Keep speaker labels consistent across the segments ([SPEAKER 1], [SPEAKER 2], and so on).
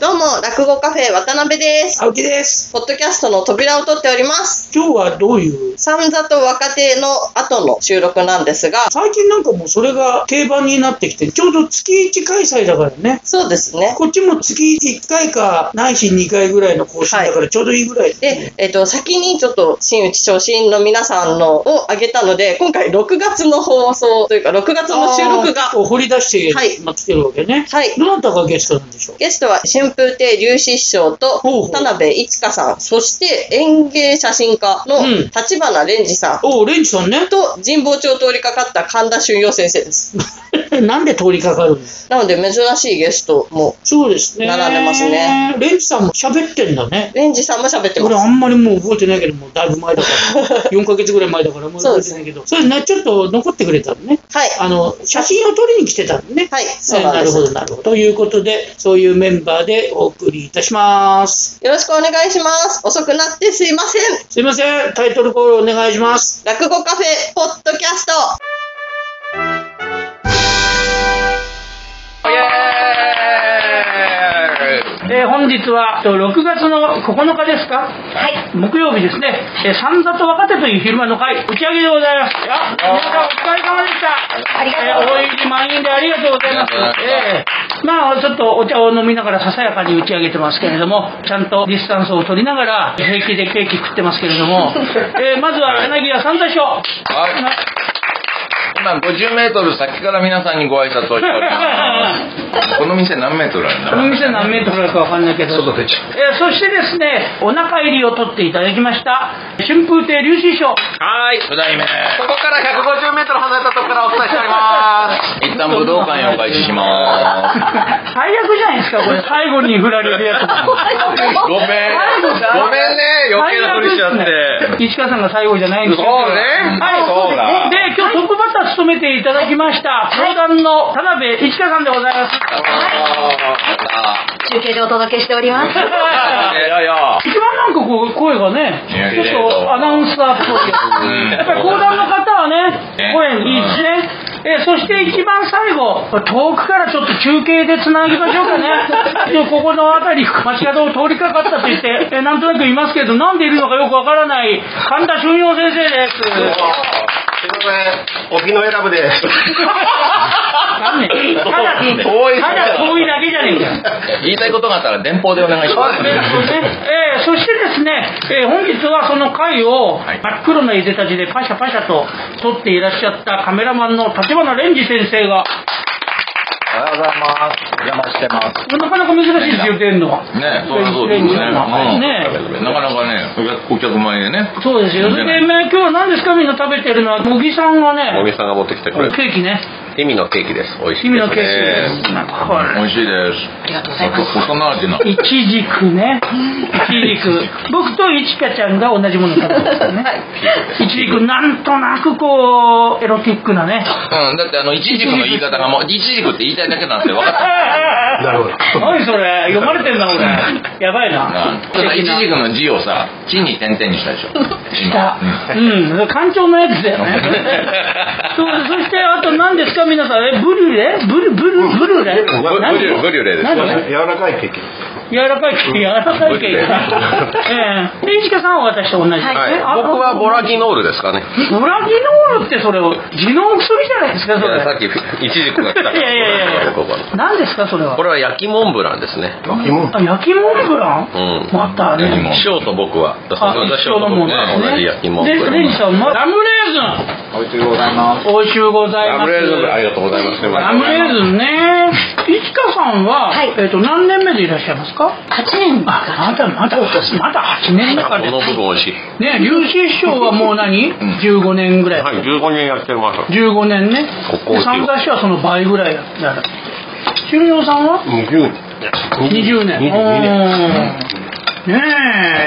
[SPEAKER 1] どうも、落語カフェ渡辺です。
[SPEAKER 2] 青木です。
[SPEAKER 1] ポッドキャストの扉を取っております。
[SPEAKER 2] 今日はどういう
[SPEAKER 1] 三座と若手の後の収録なんですが、
[SPEAKER 2] 最近なんかもうそれが定番になってきて、ちょうど月1開催だからね。
[SPEAKER 1] そうですね。
[SPEAKER 2] こっちも月1回か、ないし2回ぐらいの更新だからちょうどいいぐらい。
[SPEAKER 1] で、えっ、と、先にちょっと、新内昇進の皆さんのをあげたので、今回6月の放送というか、6月の収録が
[SPEAKER 2] あー、こう掘り出して、
[SPEAKER 1] はい
[SPEAKER 2] まあ、来てるわけね。
[SPEAKER 1] はい
[SPEAKER 2] どなたがゲストなんでしょう
[SPEAKER 1] ゲストは春風亭流志師匠と
[SPEAKER 2] ほうほう
[SPEAKER 1] 田辺一華さん、そして園芸写真家の
[SPEAKER 2] うん
[SPEAKER 1] 立花蓮司さん
[SPEAKER 2] おうレンジさんね。
[SPEAKER 1] と神保町通りかかった神田俊陽先生です。
[SPEAKER 2] なんで通りかかるの
[SPEAKER 1] なので珍しいゲストも、
[SPEAKER 2] そうですね。
[SPEAKER 1] 並んでますね。
[SPEAKER 2] レンジさんも喋ってんだね。
[SPEAKER 1] 蓮司さんも喋ってま
[SPEAKER 2] 俺あ
[SPEAKER 1] す。
[SPEAKER 2] んまりもう覚えてないけど、もうだいぶ前だから。4ヶ 月ぐらい前だから、もう覚えてないけど。それね、ちょっと残ってくれたのね。
[SPEAKER 1] はい。
[SPEAKER 2] あの、写真を撮りに来てたのね。
[SPEAKER 1] はい、そうなん
[SPEAKER 2] な
[SPEAKER 1] で
[SPEAKER 2] る
[SPEAKER 1] す。
[SPEAKER 2] ほ
[SPEAKER 1] よ
[SPEAKER 2] ど、なるほど。ということで、そういうメンバーでお送りいたします。
[SPEAKER 1] ろしくお願いします。遅くなってすいません。
[SPEAKER 2] すいません、タイトルコールお願いします。
[SPEAKER 1] 落語カフェポッドキャスト。
[SPEAKER 2] えー本日はえっと6月の9日ですか
[SPEAKER 3] はい。
[SPEAKER 2] 木曜日ですね、えー、三座と若手という昼間の会、打ち上げでございます。いや皆さんお疲れ様でした。
[SPEAKER 3] ありがとう
[SPEAKER 2] えー大入り満員でありがとうございます。
[SPEAKER 3] ありがとうござい
[SPEAKER 2] えーまあ、ちょっとお茶を飲みながらささやかに打ち上げてますけれど も、ちゃんとディスタンスを取りながら、平気でケーキ食ってますけれど も、えーまずは柳家三座師匠。
[SPEAKER 3] はい。今50メートル先から皆さんにご挨拶をしております。この店何メートルあるんだ
[SPEAKER 2] この店何メートルあるかわかんないけど。
[SPEAKER 3] 外出ちゃう。
[SPEAKER 2] えーそしてですね、お腹入りを取っていただきました、春風亭流師匠。
[SPEAKER 3] はい。初代目。ここから150メートル離れたところからお伝えしております。一旦武道館へお返しします。
[SPEAKER 2] 最悪じゃないですか、これ。 最後に振られるやつ。
[SPEAKER 3] ごめん。ごめんね。余計なふりしちゃって。
[SPEAKER 2] 石川さんが最後じゃないんですけど
[SPEAKER 3] そうね
[SPEAKER 2] はい、
[SPEAKER 3] そうだ
[SPEAKER 2] で、今日トップバッター務めていただきました、相談の田辺一華さんでござい ます。
[SPEAKER 4] 中継でお届けしております。
[SPEAKER 3] いやい や。
[SPEAKER 2] 一番なんかこう、声がね、
[SPEAKER 3] いやい
[SPEAKER 2] ちょ
[SPEAKER 3] や
[SPEAKER 2] っとアナウンサーっぽい。
[SPEAKER 3] ん
[SPEAKER 2] やっぱり講談の方はね、
[SPEAKER 3] ね
[SPEAKER 2] 声いいですね。えそして一番最後、遠くからちょっと中継でつなぎましょうかね。でここの辺り、街角を通りかかったと言って、えなんとなくいますけど、なんでいるのかよくわからない神田俊陽先生です。
[SPEAKER 5] すいません、沖永選ぶ です。
[SPEAKER 2] 残念ただ、
[SPEAKER 3] 遠い
[SPEAKER 2] ただ遠いだけじゃねえかよ。
[SPEAKER 3] 言いたいことがあったら電報でお願いします。
[SPEAKER 2] えーそしてですね、えー本日はその回を
[SPEAKER 3] はい
[SPEAKER 2] 真っ黒ないでたちでパシャパシャと撮っていらっしゃったカメラマンの立花蓮司先生が、
[SPEAKER 3] おはようございます。邪魔してます。
[SPEAKER 2] なかなか珍しいですよ、出るのは。
[SPEAKER 3] ね、そうそうです
[SPEAKER 2] ね
[SPEAKER 3] ね。うんなかなかね、お客お客前でね。
[SPEAKER 2] そうですよ。
[SPEAKER 3] 出
[SPEAKER 2] で、
[SPEAKER 3] ない
[SPEAKER 2] まあ今日は何ですか、みんな食べてるのは、茂木さんが
[SPEAKER 5] もみ
[SPEAKER 2] ね、
[SPEAKER 5] さんが持ってきてくれる。
[SPEAKER 2] ケーキね、
[SPEAKER 5] 意味のケーキです。美味し
[SPEAKER 2] 君
[SPEAKER 5] いで
[SPEAKER 2] の
[SPEAKER 5] す
[SPEAKER 2] ケーキです。
[SPEAKER 5] ね。
[SPEAKER 2] これ
[SPEAKER 3] 美味しいです。
[SPEAKER 4] ありがとうございます。
[SPEAKER 3] 幼味な。
[SPEAKER 2] いちじくね。いちじく。 僕といちかちゃんが同じものを食べてますからね。いちじく、なんとなくこう、エロティックなね。
[SPEAKER 3] うん、だってあの、いちじくの言い方がもう、いちじくって言いたいだけなんですよ。分かった。
[SPEAKER 2] な
[SPEAKER 5] るほど
[SPEAKER 2] 何それ読まれてんだ俺やばいな
[SPEAKER 3] うんただ、いちじくの字をさ、地に点々にしたでしょ。
[SPEAKER 2] 下
[SPEAKER 3] 今
[SPEAKER 2] うん官庁のやつだよねそうそしてあと何ですか皆さんえブリュレブリブリブリュレ
[SPEAKER 5] ブ
[SPEAKER 2] 何
[SPEAKER 3] ブリュブリュレです
[SPEAKER 2] 何
[SPEAKER 5] 柔らかいケーキです。
[SPEAKER 2] 柔らかい系柔らかい系
[SPEAKER 3] ブリュレ
[SPEAKER 2] ええで石川さんは私と同じですねあ
[SPEAKER 5] はい。僕はボラギノールですかね。
[SPEAKER 2] ボラギノールってそれを地の薬じゃないですかそれ
[SPEAKER 5] さっきイチジクが来たから。
[SPEAKER 2] いやいやいや
[SPEAKER 5] ここ
[SPEAKER 2] 何ですかそれは
[SPEAKER 5] これは焼きモンブランですね。焼きモン
[SPEAKER 2] あ焼きモンブラン、
[SPEAKER 5] うん
[SPEAKER 2] また
[SPEAKER 3] 焼き
[SPEAKER 2] ね
[SPEAKER 3] モンブラン
[SPEAKER 5] 師匠と僕は。
[SPEAKER 2] あ
[SPEAKER 5] 私
[SPEAKER 2] 一
[SPEAKER 5] は師匠
[SPEAKER 2] 緒の
[SPEAKER 5] と
[SPEAKER 2] もん
[SPEAKER 5] 僕は
[SPEAKER 2] ね
[SPEAKER 5] 同じ焼きモンブラ
[SPEAKER 2] でレンジ
[SPEAKER 5] ン。
[SPEAKER 2] さんまラムレ
[SPEAKER 5] おめでとうございます。
[SPEAKER 2] ーズン美味しゅうございます
[SPEAKER 5] ラムレーズンありがとうございます。
[SPEAKER 2] ラムレーズンね。いちかさんは、
[SPEAKER 4] はい
[SPEAKER 2] えっ、と、何年目でいらっしゃいますか。
[SPEAKER 4] 8年が
[SPEAKER 2] あ、まだまだ、まだ八年目か
[SPEAKER 5] こ
[SPEAKER 2] ね
[SPEAKER 5] の。部分美味しい。
[SPEAKER 2] ね、龍志師匠はもう何、十五年ぐらい。
[SPEAKER 5] はい、15年やってます。
[SPEAKER 2] 十五年ね。
[SPEAKER 5] ここ
[SPEAKER 2] で三座師はその倍ぐらいだから。修行さんは。
[SPEAKER 5] 20
[SPEAKER 2] 二十年。
[SPEAKER 5] 22
[SPEAKER 2] おーね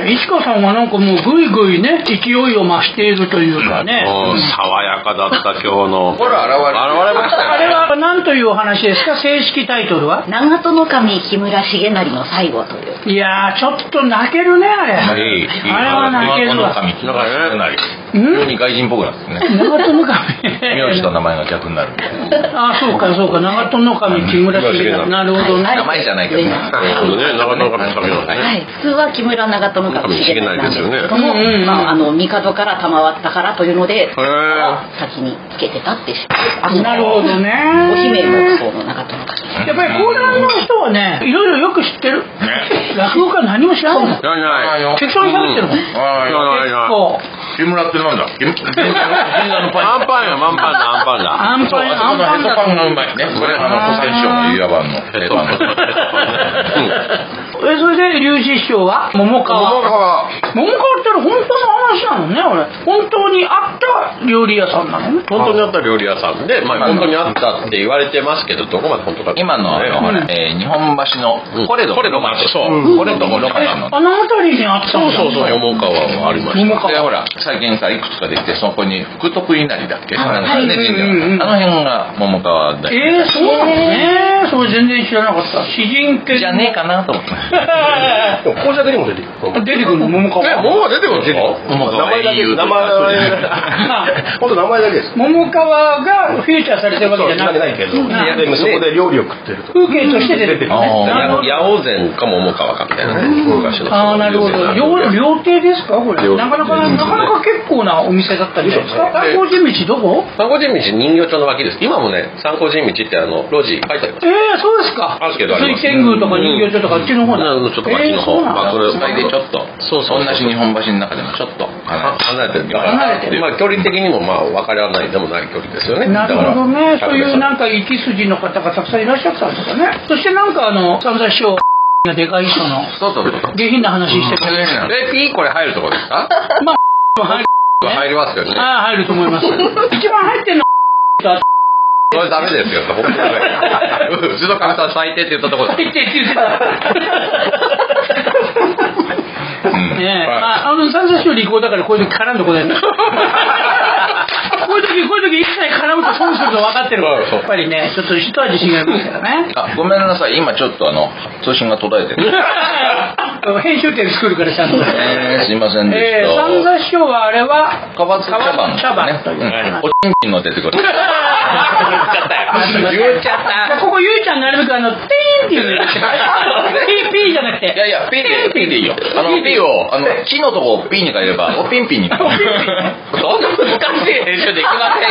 [SPEAKER 2] え、いちかさんはなんかもうぐいぐいね、勢いを増しているというかね。
[SPEAKER 5] もう爽やかだった今日の。
[SPEAKER 3] ほら現れた
[SPEAKER 5] 現れましたよ。
[SPEAKER 2] あれは何というお話ですか正式タイトルは
[SPEAKER 4] 長門の神木村重成の最後という。
[SPEAKER 2] いやーちょっと泣けるねあれ
[SPEAKER 5] いいいい
[SPEAKER 2] あれは泣けるわ
[SPEAKER 3] 神木
[SPEAKER 5] だからね、
[SPEAKER 3] 急に外人っぽくなってね
[SPEAKER 2] 長友神。
[SPEAKER 3] 名字と名前が逆になるみたいな
[SPEAKER 2] あ、そうか、そうか、長友神、木村茂だ。なるほどね。
[SPEAKER 3] 名前じゃないけどね
[SPEAKER 5] なるほどね長友神様のね
[SPEAKER 4] はい、普通は木村長友が重成なんですけれども、
[SPEAKER 2] うんうんうん
[SPEAKER 4] まあ、あの帝から賜ったからというので
[SPEAKER 5] ー
[SPEAKER 4] 先につけてたってし
[SPEAKER 2] なるほどね。
[SPEAKER 4] お姫もそう長友が
[SPEAKER 2] やっぱり講談の人はね、いろいろよく知ってる。落語家何も知らないもん。
[SPEAKER 5] ないない
[SPEAKER 3] よ
[SPEAKER 2] 適当に喋ってるもん。結
[SPEAKER 3] あ
[SPEAKER 5] 知らないな
[SPEAKER 2] 構。
[SPEAKER 3] 木村ってなんだ木村のパン
[SPEAKER 5] アンパンやアンパンだアンパ
[SPEAKER 2] アン
[SPEAKER 5] ンだ
[SPEAKER 2] パン、アンパン
[SPEAKER 3] ヘッド
[SPEAKER 2] だ
[SPEAKER 3] パンがうまいねこれあの古典師匠のいわばのヘッドパ ン
[SPEAKER 2] え、それで、龍二師匠は桃
[SPEAKER 5] 桃
[SPEAKER 2] 川。
[SPEAKER 5] 川
[SPEAKER 2] 桃川ってのは本当の話なのね、俺。本当にあった料理屋さんなのね。
[SPEAKER 6] 本当にあった料理屋さんで、まあ、本当にあったって言われてますけどどこまで本当か
[SPEAKER 3] 今のあのほら
[SPEAKER 2] うん
[SPEAKER 3] えー日本橋のコレド
[SPEAKER 6] コレド町そう
[SPEAKER 3] コレドの
[SPEAKER 2] え、
[SPEAKER 3] 方の
[SPEAKER 2] あの辺りにあった
[SPEAKER 6] そ
[SPEAKER 2] ん
[SPEAKER 6] う
[SPEAKER 2] だ
[SPEAKER 6] そうそう桃川はありまし
[SPEAKER 2] 桃
[SPEAKER 6] た
[SPEAKER 2] 川
[SPEAKER 3] でほら最近さいくつかできてそこに福徳稲荷だっけ
[SPEAKER 4] はい
[SPEAKER 3] なんかね神社
[SPEAKER 2] うんうんうん
[SPEAKER 3] あの辺が桃川だ
[SPEAKER 2] えー、そうなのね。それ全然知らなかった。詩人系。
[SPEAKER 3] じゃねえかなと思って
[SPEAKER 5] でも紅茶出るもん出てくる
[SPEAKER 2] 出てくるの桃
[SPEAKER 6] え
[SPEAKER 2] 川。
[SPEAKER 6] 桃川出てくるんですか
[SPEAKER 3] 桃
[SPEAKER 5] 名
[SPEAKER 3] 川
[SPEAKER 5] 前だけ
[SPEAKER 3] 英雄
[SPEAKER 5] 名
[SPEAKER 3] と
[SPEAKER 5] 前
[SPEAKER 3] か
[SPEAKER 5] 本当名前だけです
[SPEAKER 2] 桃川がフィーチャーされてるわけじゃなく
[SPEAKER 5] ない
[SPEAKER 2] て
[SPEAKER 5] けど
[SPEAKER 2] うん
[SPEAKER 5] でもそこで料理を食ってると
[SPEAKER 2] 風景として出てくる
[SPEAKER 3] あ
[SPEAKER 2] ね。
[SPEAKER 3] ー
[SPEAKER 2] なるほど
[SPEAKER 6] 八百善か桃川かみたいなね昔の
[SPEAKER 2] ああ、なるほど。
[SPEAKER 6] 料
[SPEAKER 2] 料
[SPEAKER 6] 理
[SPEAKER 2] 料亭ですかこれ。
[SPEAKER 6] 料
[SPEAKER 2] なかなか、なかなか結構なお店だったりですか。観光地道どこ
[SPEAKER 6] 参考人道人形町の脇です今もね参考人道ってあの路地書いてあります
[SPEAKER 2] ええ、そうですか。
[SPEAKER 6] あるけどあり
[SPEAKER 2] 水
[SPEAKER 6] ます
[SPEAKER 2] 天宮とか人形町とかあっちの方だ。
[SPEAKER 6] うんうんちょっとあっちの方
[SPEAKER 2] ええそうなんだ
[SPEAKER 6] まあこれ
[SPEAKER 3] つないでちょっと
[SPEAKER 6] そうそうそう
[SPEAKER 3] 同じ日本橋の中でもちょっと離れ
[SPEAKER 6] 離れて
[SPEAKER 3] て
[SPEAKER 6] る
[SPEAKER 2] 離れてる
[SPEAKER 6] まあ距離的にもまあ分かり合わないでもない距離ですよね
[SPEAKER 2] なるほどね。そういうなん
[SPEAKER 6] か
[SPEAKER 2] か行き筋の方がたくさんいらっしゃったんですよね。そしてなんかあの、三座師匠がでかい人の
[SPEAKER 3] そうそうそう
[SPEAKER 2] 下品な話してた。
[SPEAKER 6] えピーこれ入るとこですか
[SPEAKER 2] 入る
[SPEAKER 6] 入りますよね
[SPEAKER 2] ああ、入ると思います。 一番入ってんの
[SPEAKER 6] それダメ ですよ。本当にうちの神さん最低って言ったところだ。
[SPEAKER 2] 入ってって言ってた。
[SPEAKER 3] うん
[SPEAKER 2] ねえ、まあ、あの、三者師匠利口だから、こういう時絡んでこ ない。こういう時、こういう時一切絡むと損するの分かってるから、
[SPEAKER 6] そうそう
[SPEAKER 2] やっぱりね、ちょっと一味違いますからね。
[SPEAKER 3] あごめんなさい今ちょっとあの通信が途絶えてる
[SPEAKER 2] 編集点作るから、ちゃんと。
[SPEAKER 3] えーすいませんで
[SPEAKER 2] え
[SPEAKER 3] し
[SPEAKER 2] ー、三
[SPEAKER 3] た
[SPEAKER 2] 座師匠はあれは、
[SPEAKER 3] カバツ茶番
[SPEAKER 2] 茶番という
[SPEAKER 3] ねうんおちんちんの出てくる言っちゃった
[SPEAKER 2] じゃあここ、ゆいちゃんなるべくあの、ピーンっていうのやってピ ーピーじゃなくて。
[SPEAKER 3] いやいや、ピーで、ピーでいいよ。あの、ピーを、あの、木のとこをピーに変えれば、おピンピン に変える。そんな難しい編集できません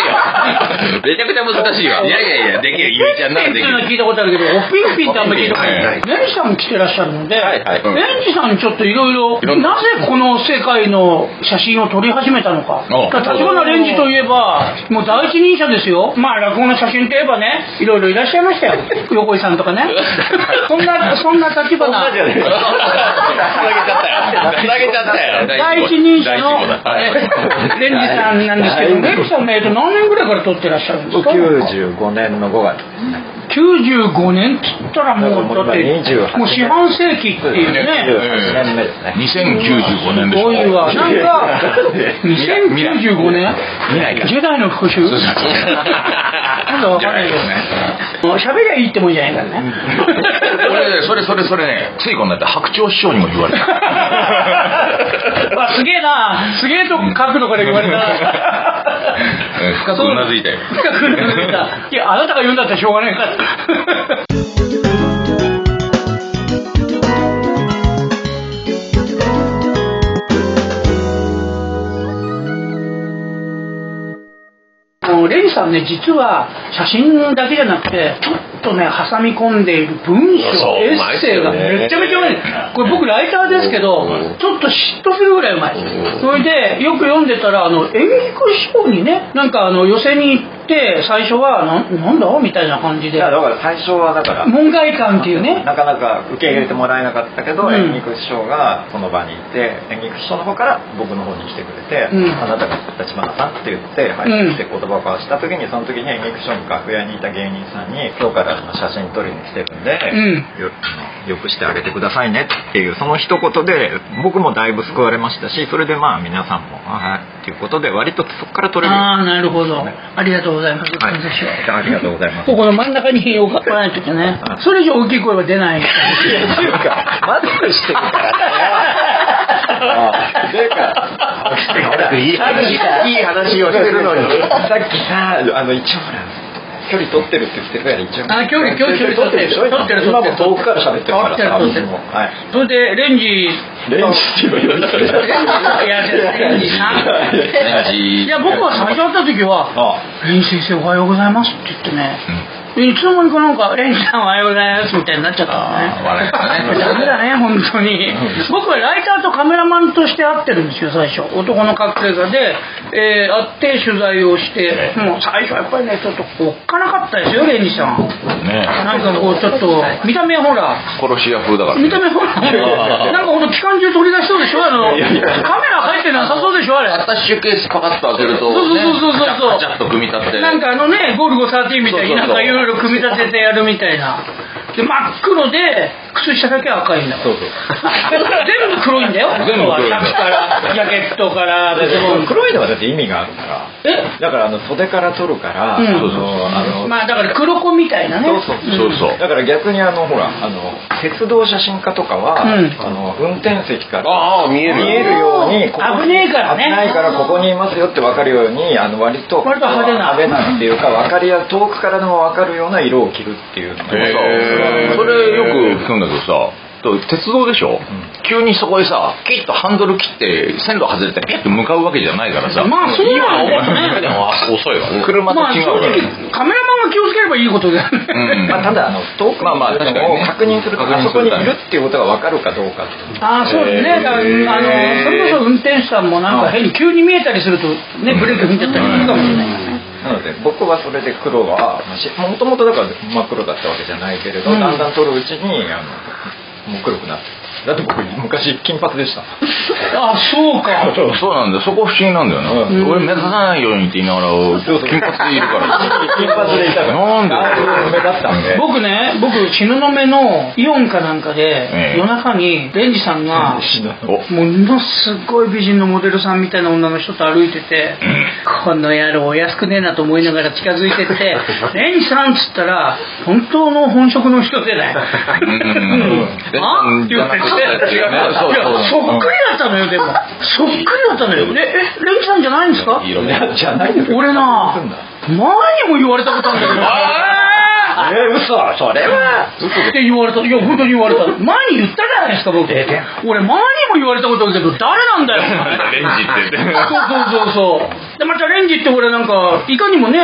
[SPEAKER 3] よ。めちゃくちゃ難しいわ。いやいやいや、できる。ゆいちゃんなら
[SPEAKER 2] ピ
[SPEAKER 3] で
[SPEAKER 2] ン
[SPEAKER 3] き
[SPEAKER 2] ピンっていうのは聞い
[SPEAKER 3] る。
[SPEAKER 2] たことあるけど、おピンピンってあんま聞いたことない。
[SPEAKER 3] お
[SPEAKER 2] レンジさんも来てらっしゃるので、
[SPEAKER 6] はいはい
[SPEAKER 3] うん
[SPEAKER 2] レンジさんにちょっといろいろ
[SPEAKER 3] いろん、な
[SPEAKER 2] なぜこの世界の写真を撮り始めたのか。
[SPEAKER 3] お
[SPEAKER 2] だから立花レンジといえば、もう第一人者ですよ。まあ落語の写真といえばね、いろいろいらっしゃいましたよ。横井さんとかね。 そんな、そんな立花。
[SPEAKER 6] つな げちゃったよ。つなげちゃったよ。
[SPEAKER 2] 第一人者の
[SPEAKER 3] 第一号だ
[SPEAKER 2] えレンジさんなんですけど、レンジさんのえっと何年ぐらいから撮ってらっしゃるんですか
[SPEAKER 7] 95年の5月
[SPEAKER 2] 95年っつったらもうだって
[SPEAKER 7] 28
[SPEAKER 2] もう四半世紀っていうね
[SPEAKER 7] 28年目ですね
[SPEAKER 3] 2095年
[SPEAKER 2] すごいわなんか2095年
[SPEAKER 3] 未来か
[SPEAKER 2] ジェダイの復讐なんかわかんないけど
[SPEAKER 3] じゃない
[SPEAKER 2] もう喋りゃいいってもんじゃないから ね
[SPEAKER 3] 俺ね、それそれそれね、ついこの間、白鳥師匠にも言われた。
[SPEAKER 2] わすげえなすげえとこ角度から言われた
[SPEAKER 3] うん深くうなずいたよ。
[SPEAKER 2] 深くうなずいたいやあなたが言うんだったらしょうがないからあのレイさんね実は写真だけじゃなくてちょっとね挟み込んでいる文章
[SPEAKER 6] そう
[SPEAKER 2] エ
[SPEAKER 6] うまい
[SPEAKER 2] ッ
[SPEAKER 6] っす
[SPEAKER 2] セイ
[SPEAKER 6] よ
[SPEAKER 2] が
[SPEAKER 6] ね
[SPEAKER 2] めちゃめちゃうまいこれ僕ライターですけど
[SPEAKER 6] うん
[SPEAKER 2] ちょっと嫉妬するぐらいうまいそれでよく読んでたらあの演劇師匠にねなんかあの寄席に行って最初はななんだみたいな感じ
[SPEAKER 7] い
[SPEAKER 2] で
[SPEAKER 7] やだから最初はだから
[SPEAKER 2] 門外漢っていうね
[SPEAKER 7] なかなか受け入れてもらえなかったけど、
[SPEAKER 2] うん
[SPEAKER 7] 演劇師匠がその場にいて演劇師匠の方から僕の方に来てくれて「
[SPEAKER 2] うん
[SPEAKER 7] あなたが立花さん」って言って入ってきて言葉を交わした時にその時に演劇師匠の楽屋にいた芸人さんに「今日からあの写真撮りに来てるんで、
[SPEAKER 2] う
[SPEAKER 7] よあのよくしてあげてくださいね」っていうその一言で僕もだいぶ救われましたしそれでまあ皆さんも「あはい」っていうことで割とそこから撮れる。
[SPEAKER 2] ああなるほどありがとうございます、
[SPEAKER 7] はい、
[SPEAKER 2] 先生
[SPEAKER 7] ありがとうございます。
[SPEAKER 2] ここの真ん中に置かないといけない。それ以上大きい声は出ない。
[SPEAKER 7] っていうか、マスクしてるから。
[SPEAKER 5] あーなんか、ほらいい話、いい話をしてるのに。
[SPEAKER 7] さっきさあの一応ほら距離取ってるって言ってたやん一応
[SPEAKER 2] あ距離距離距離取ってる
[SPEAKER 7] 取ってる
[SPEAKER 2] 取
[SPEAKER 7] 今
[SPEAKER 2] って
[SPEAKER 7] も
[SPEAKER 2] る
[SPEAKER 7] 遠くから喋ってるからさ
[SPEAKER 2] 取ってる取ってる
[SPEAKER 7] はい
[SPEAKER 2] それでレンジ
[SPEAKER 7] レンジって言われたら
[SPEAKER 2] いやレンジな
[SPEAKER 3] じ
[SPEAKER 2] いや僕は最初会った時は
[SPEAKER 7] あ
[SPEAKER 2] 「レンジ先生おはようございます」って言ってね、いつの間にかなんか「レンジさんおはようございます」みたいになっちゃったのね
[SPEAKER 3] 笑いがね
[SPEAKER 2] ダメだね本当に僕はライターとカメラマンとして会ってるんですよ最初男の学生がで、えー会って取材をしてもう最初はやっぱりねちょっとおっかなかったですよレンジさん
[SPEAKER 3] ね
[SPEAKER 2] なんかこうちょっと見た目ほら
[SPEAKER 3] 殺し屋風だから
[SPEAKER 2] 見た目ほ ら、なんかほんと期間中取り出しそうでしょあの、カメラ入ってなさそうでしょあれ。
[SPEAKER 3] アタッシュケースパカッと開けると
[SPEAKER 2] そうそうそうそうそう
[SPEAKER 3] ねカチャカチャっと組み立てて
[SPEAKER 2] なんかあのね、ゴルゴ13みたいに
[SPEAKER 3] そうそ
[SPEAKER 2] な
[SPEAKER 3] うそ
[SPEAKER 2] ん
[SPEAKER 3] う
[SPEAKER 2] かいろいろ組み立ててやるみたいな。で、真っ黒で、靴下だけ赤いんだから。全部黒いんだよ。
[SPEAKER 3] 全部黒いんだ
[SPEAKER 2] シ
[SPEAKER 3] よ
[SPEAKER 2] ャツから、ジャケットから、ズボン
[SPEAKER 7] 黒いのはだって意味があるから
[SPEAKER 2] え
[SPEAKER 7] だからあの袖から取るから、
[SPEAKER 2] うん
[SPEAKER 7] あのあの
[SPEAKER 2] まあだから黒子みたいなね。
[SPEAKER 7] そうそう
[SPEAKER 3] そうそう
[SPEAKER 7] だから逆にあのほらあの鉄道写真家とかは、
[SPEAKER 2] うん
[SPEAKER 7] あの運転席から
[SPEAKER 3] ああ見える
[SPEAKER 7] 見えるようにここ
[SPEAKER 2] 危ねえからね
[SPEAKER 7] 危ないからここにいますよって分かるようにあの割と
[SPEAKER 2] 割と派手な
[SPEAKER 7] 派手なっていうか分かりや遠くからでも分かるような色を着るっていうのが
[SPEAKER 3] でもさそれよく聞くんだけどさ鉄道でしょ、急にそこでさキッとハンドル切って線路外れてピュッと向かうわけじゃないからさ
[SPEAKER 2] まあそうなん
[SPEAKER 3] 今
[SPEAKER 2] だよね
[SPEAKER 3] 思うでもあ遅いわね車と
[SPEAKER 2] まあ正
[SPEAKER 3] 違うから
[SPEAKER 2] 直、カメラマンが気をつければいいことだよね。
[SPEAKER 3] うん
[SPEAKER 7] まあ、ただあの遠く
[SPEAKER 3] まあまあ
[SPEAKER 7] にいる
[SPEAKER 3] 確か
[SPEAKER 7] の
[SPEAKER 3] にね
[SPEAKER 7] を確認すると、
[SPEAKER 3] 確認するために
[SPEAKER 7] あそこにいるっていうことが分かるかどうかっていう
[SPEAKER 2] ああそうですね、だからうんあのそれこそ運転手さんもなんか変に急に見えたりするとねブレーキ踏んじゃったりするかもしれないからね
[SPEAKER 7] なので僕はそれで黒はもともとだから真っ黒だったわけじゃないけれ
[SPEAKER 2] う
[SPEAKER 7] ど、
[SPEAKER 2] ん
[SPEAKER 7] だんだん取るうちにあのもう黒くなってだって僕昔金髪でした
[SPEAKER 2] あそうか
[SPEAKER 3] そうなんだよそこ不思議なんだよな、
[SPEAKER 7] うん
[SPEAKER 3] 俺目立たないようにって言いながら
[SPEAKER 7] そうそう
[SPEAKER 3] 金髪でいる から
[SPEAKER 7] 金髪でいたから
[SPEAKER 3] なんだよ
[SPEAKER 7] だいぶ目立ったんで
[SPEAKER 2] 僕ね僕東雲のイオンかなんか
[SPEAKER 3] え
[SPEAKER 2] で
[SPEAKER 3] え
[SPEAKER 2] 夜中にレンジさんが
[SPEAKER 7] 死ぬ
[SPEAKER 3] お
[SPEAKER 2] ものすごい美人のモデルさんみたいな女の人と歩いてて、この野郎安くねえなと思いながら近づいてって「レンジさん」っつったら本当の本職の人でね「
[SPEAKER 3] うん
[SPEAKER 2] あって言ってていや
[SPEAKER 3] そうそう
[SPEAKER 2] そっくりだったのよでもそっくりだったのよで「えレンジさんじゃないんですか?」
[SPEAKER 3] 色目
[SPEAKER 7] じゃないですよ
[SPEAKER 2] 俺な前にも言われたことあるんだけど
[SPEAKER 7] えー、嘘それは
[SPEAKER 2] って言われたいや本当に言われた前に言ったじゃないですか僕俺前にも言われたことあるけど誰なんだよお前
[SPEAKER 3] レンジって言 って
[SPEAKER 2] そうそうそうそうでまたレンジって俺なんかいかにもね、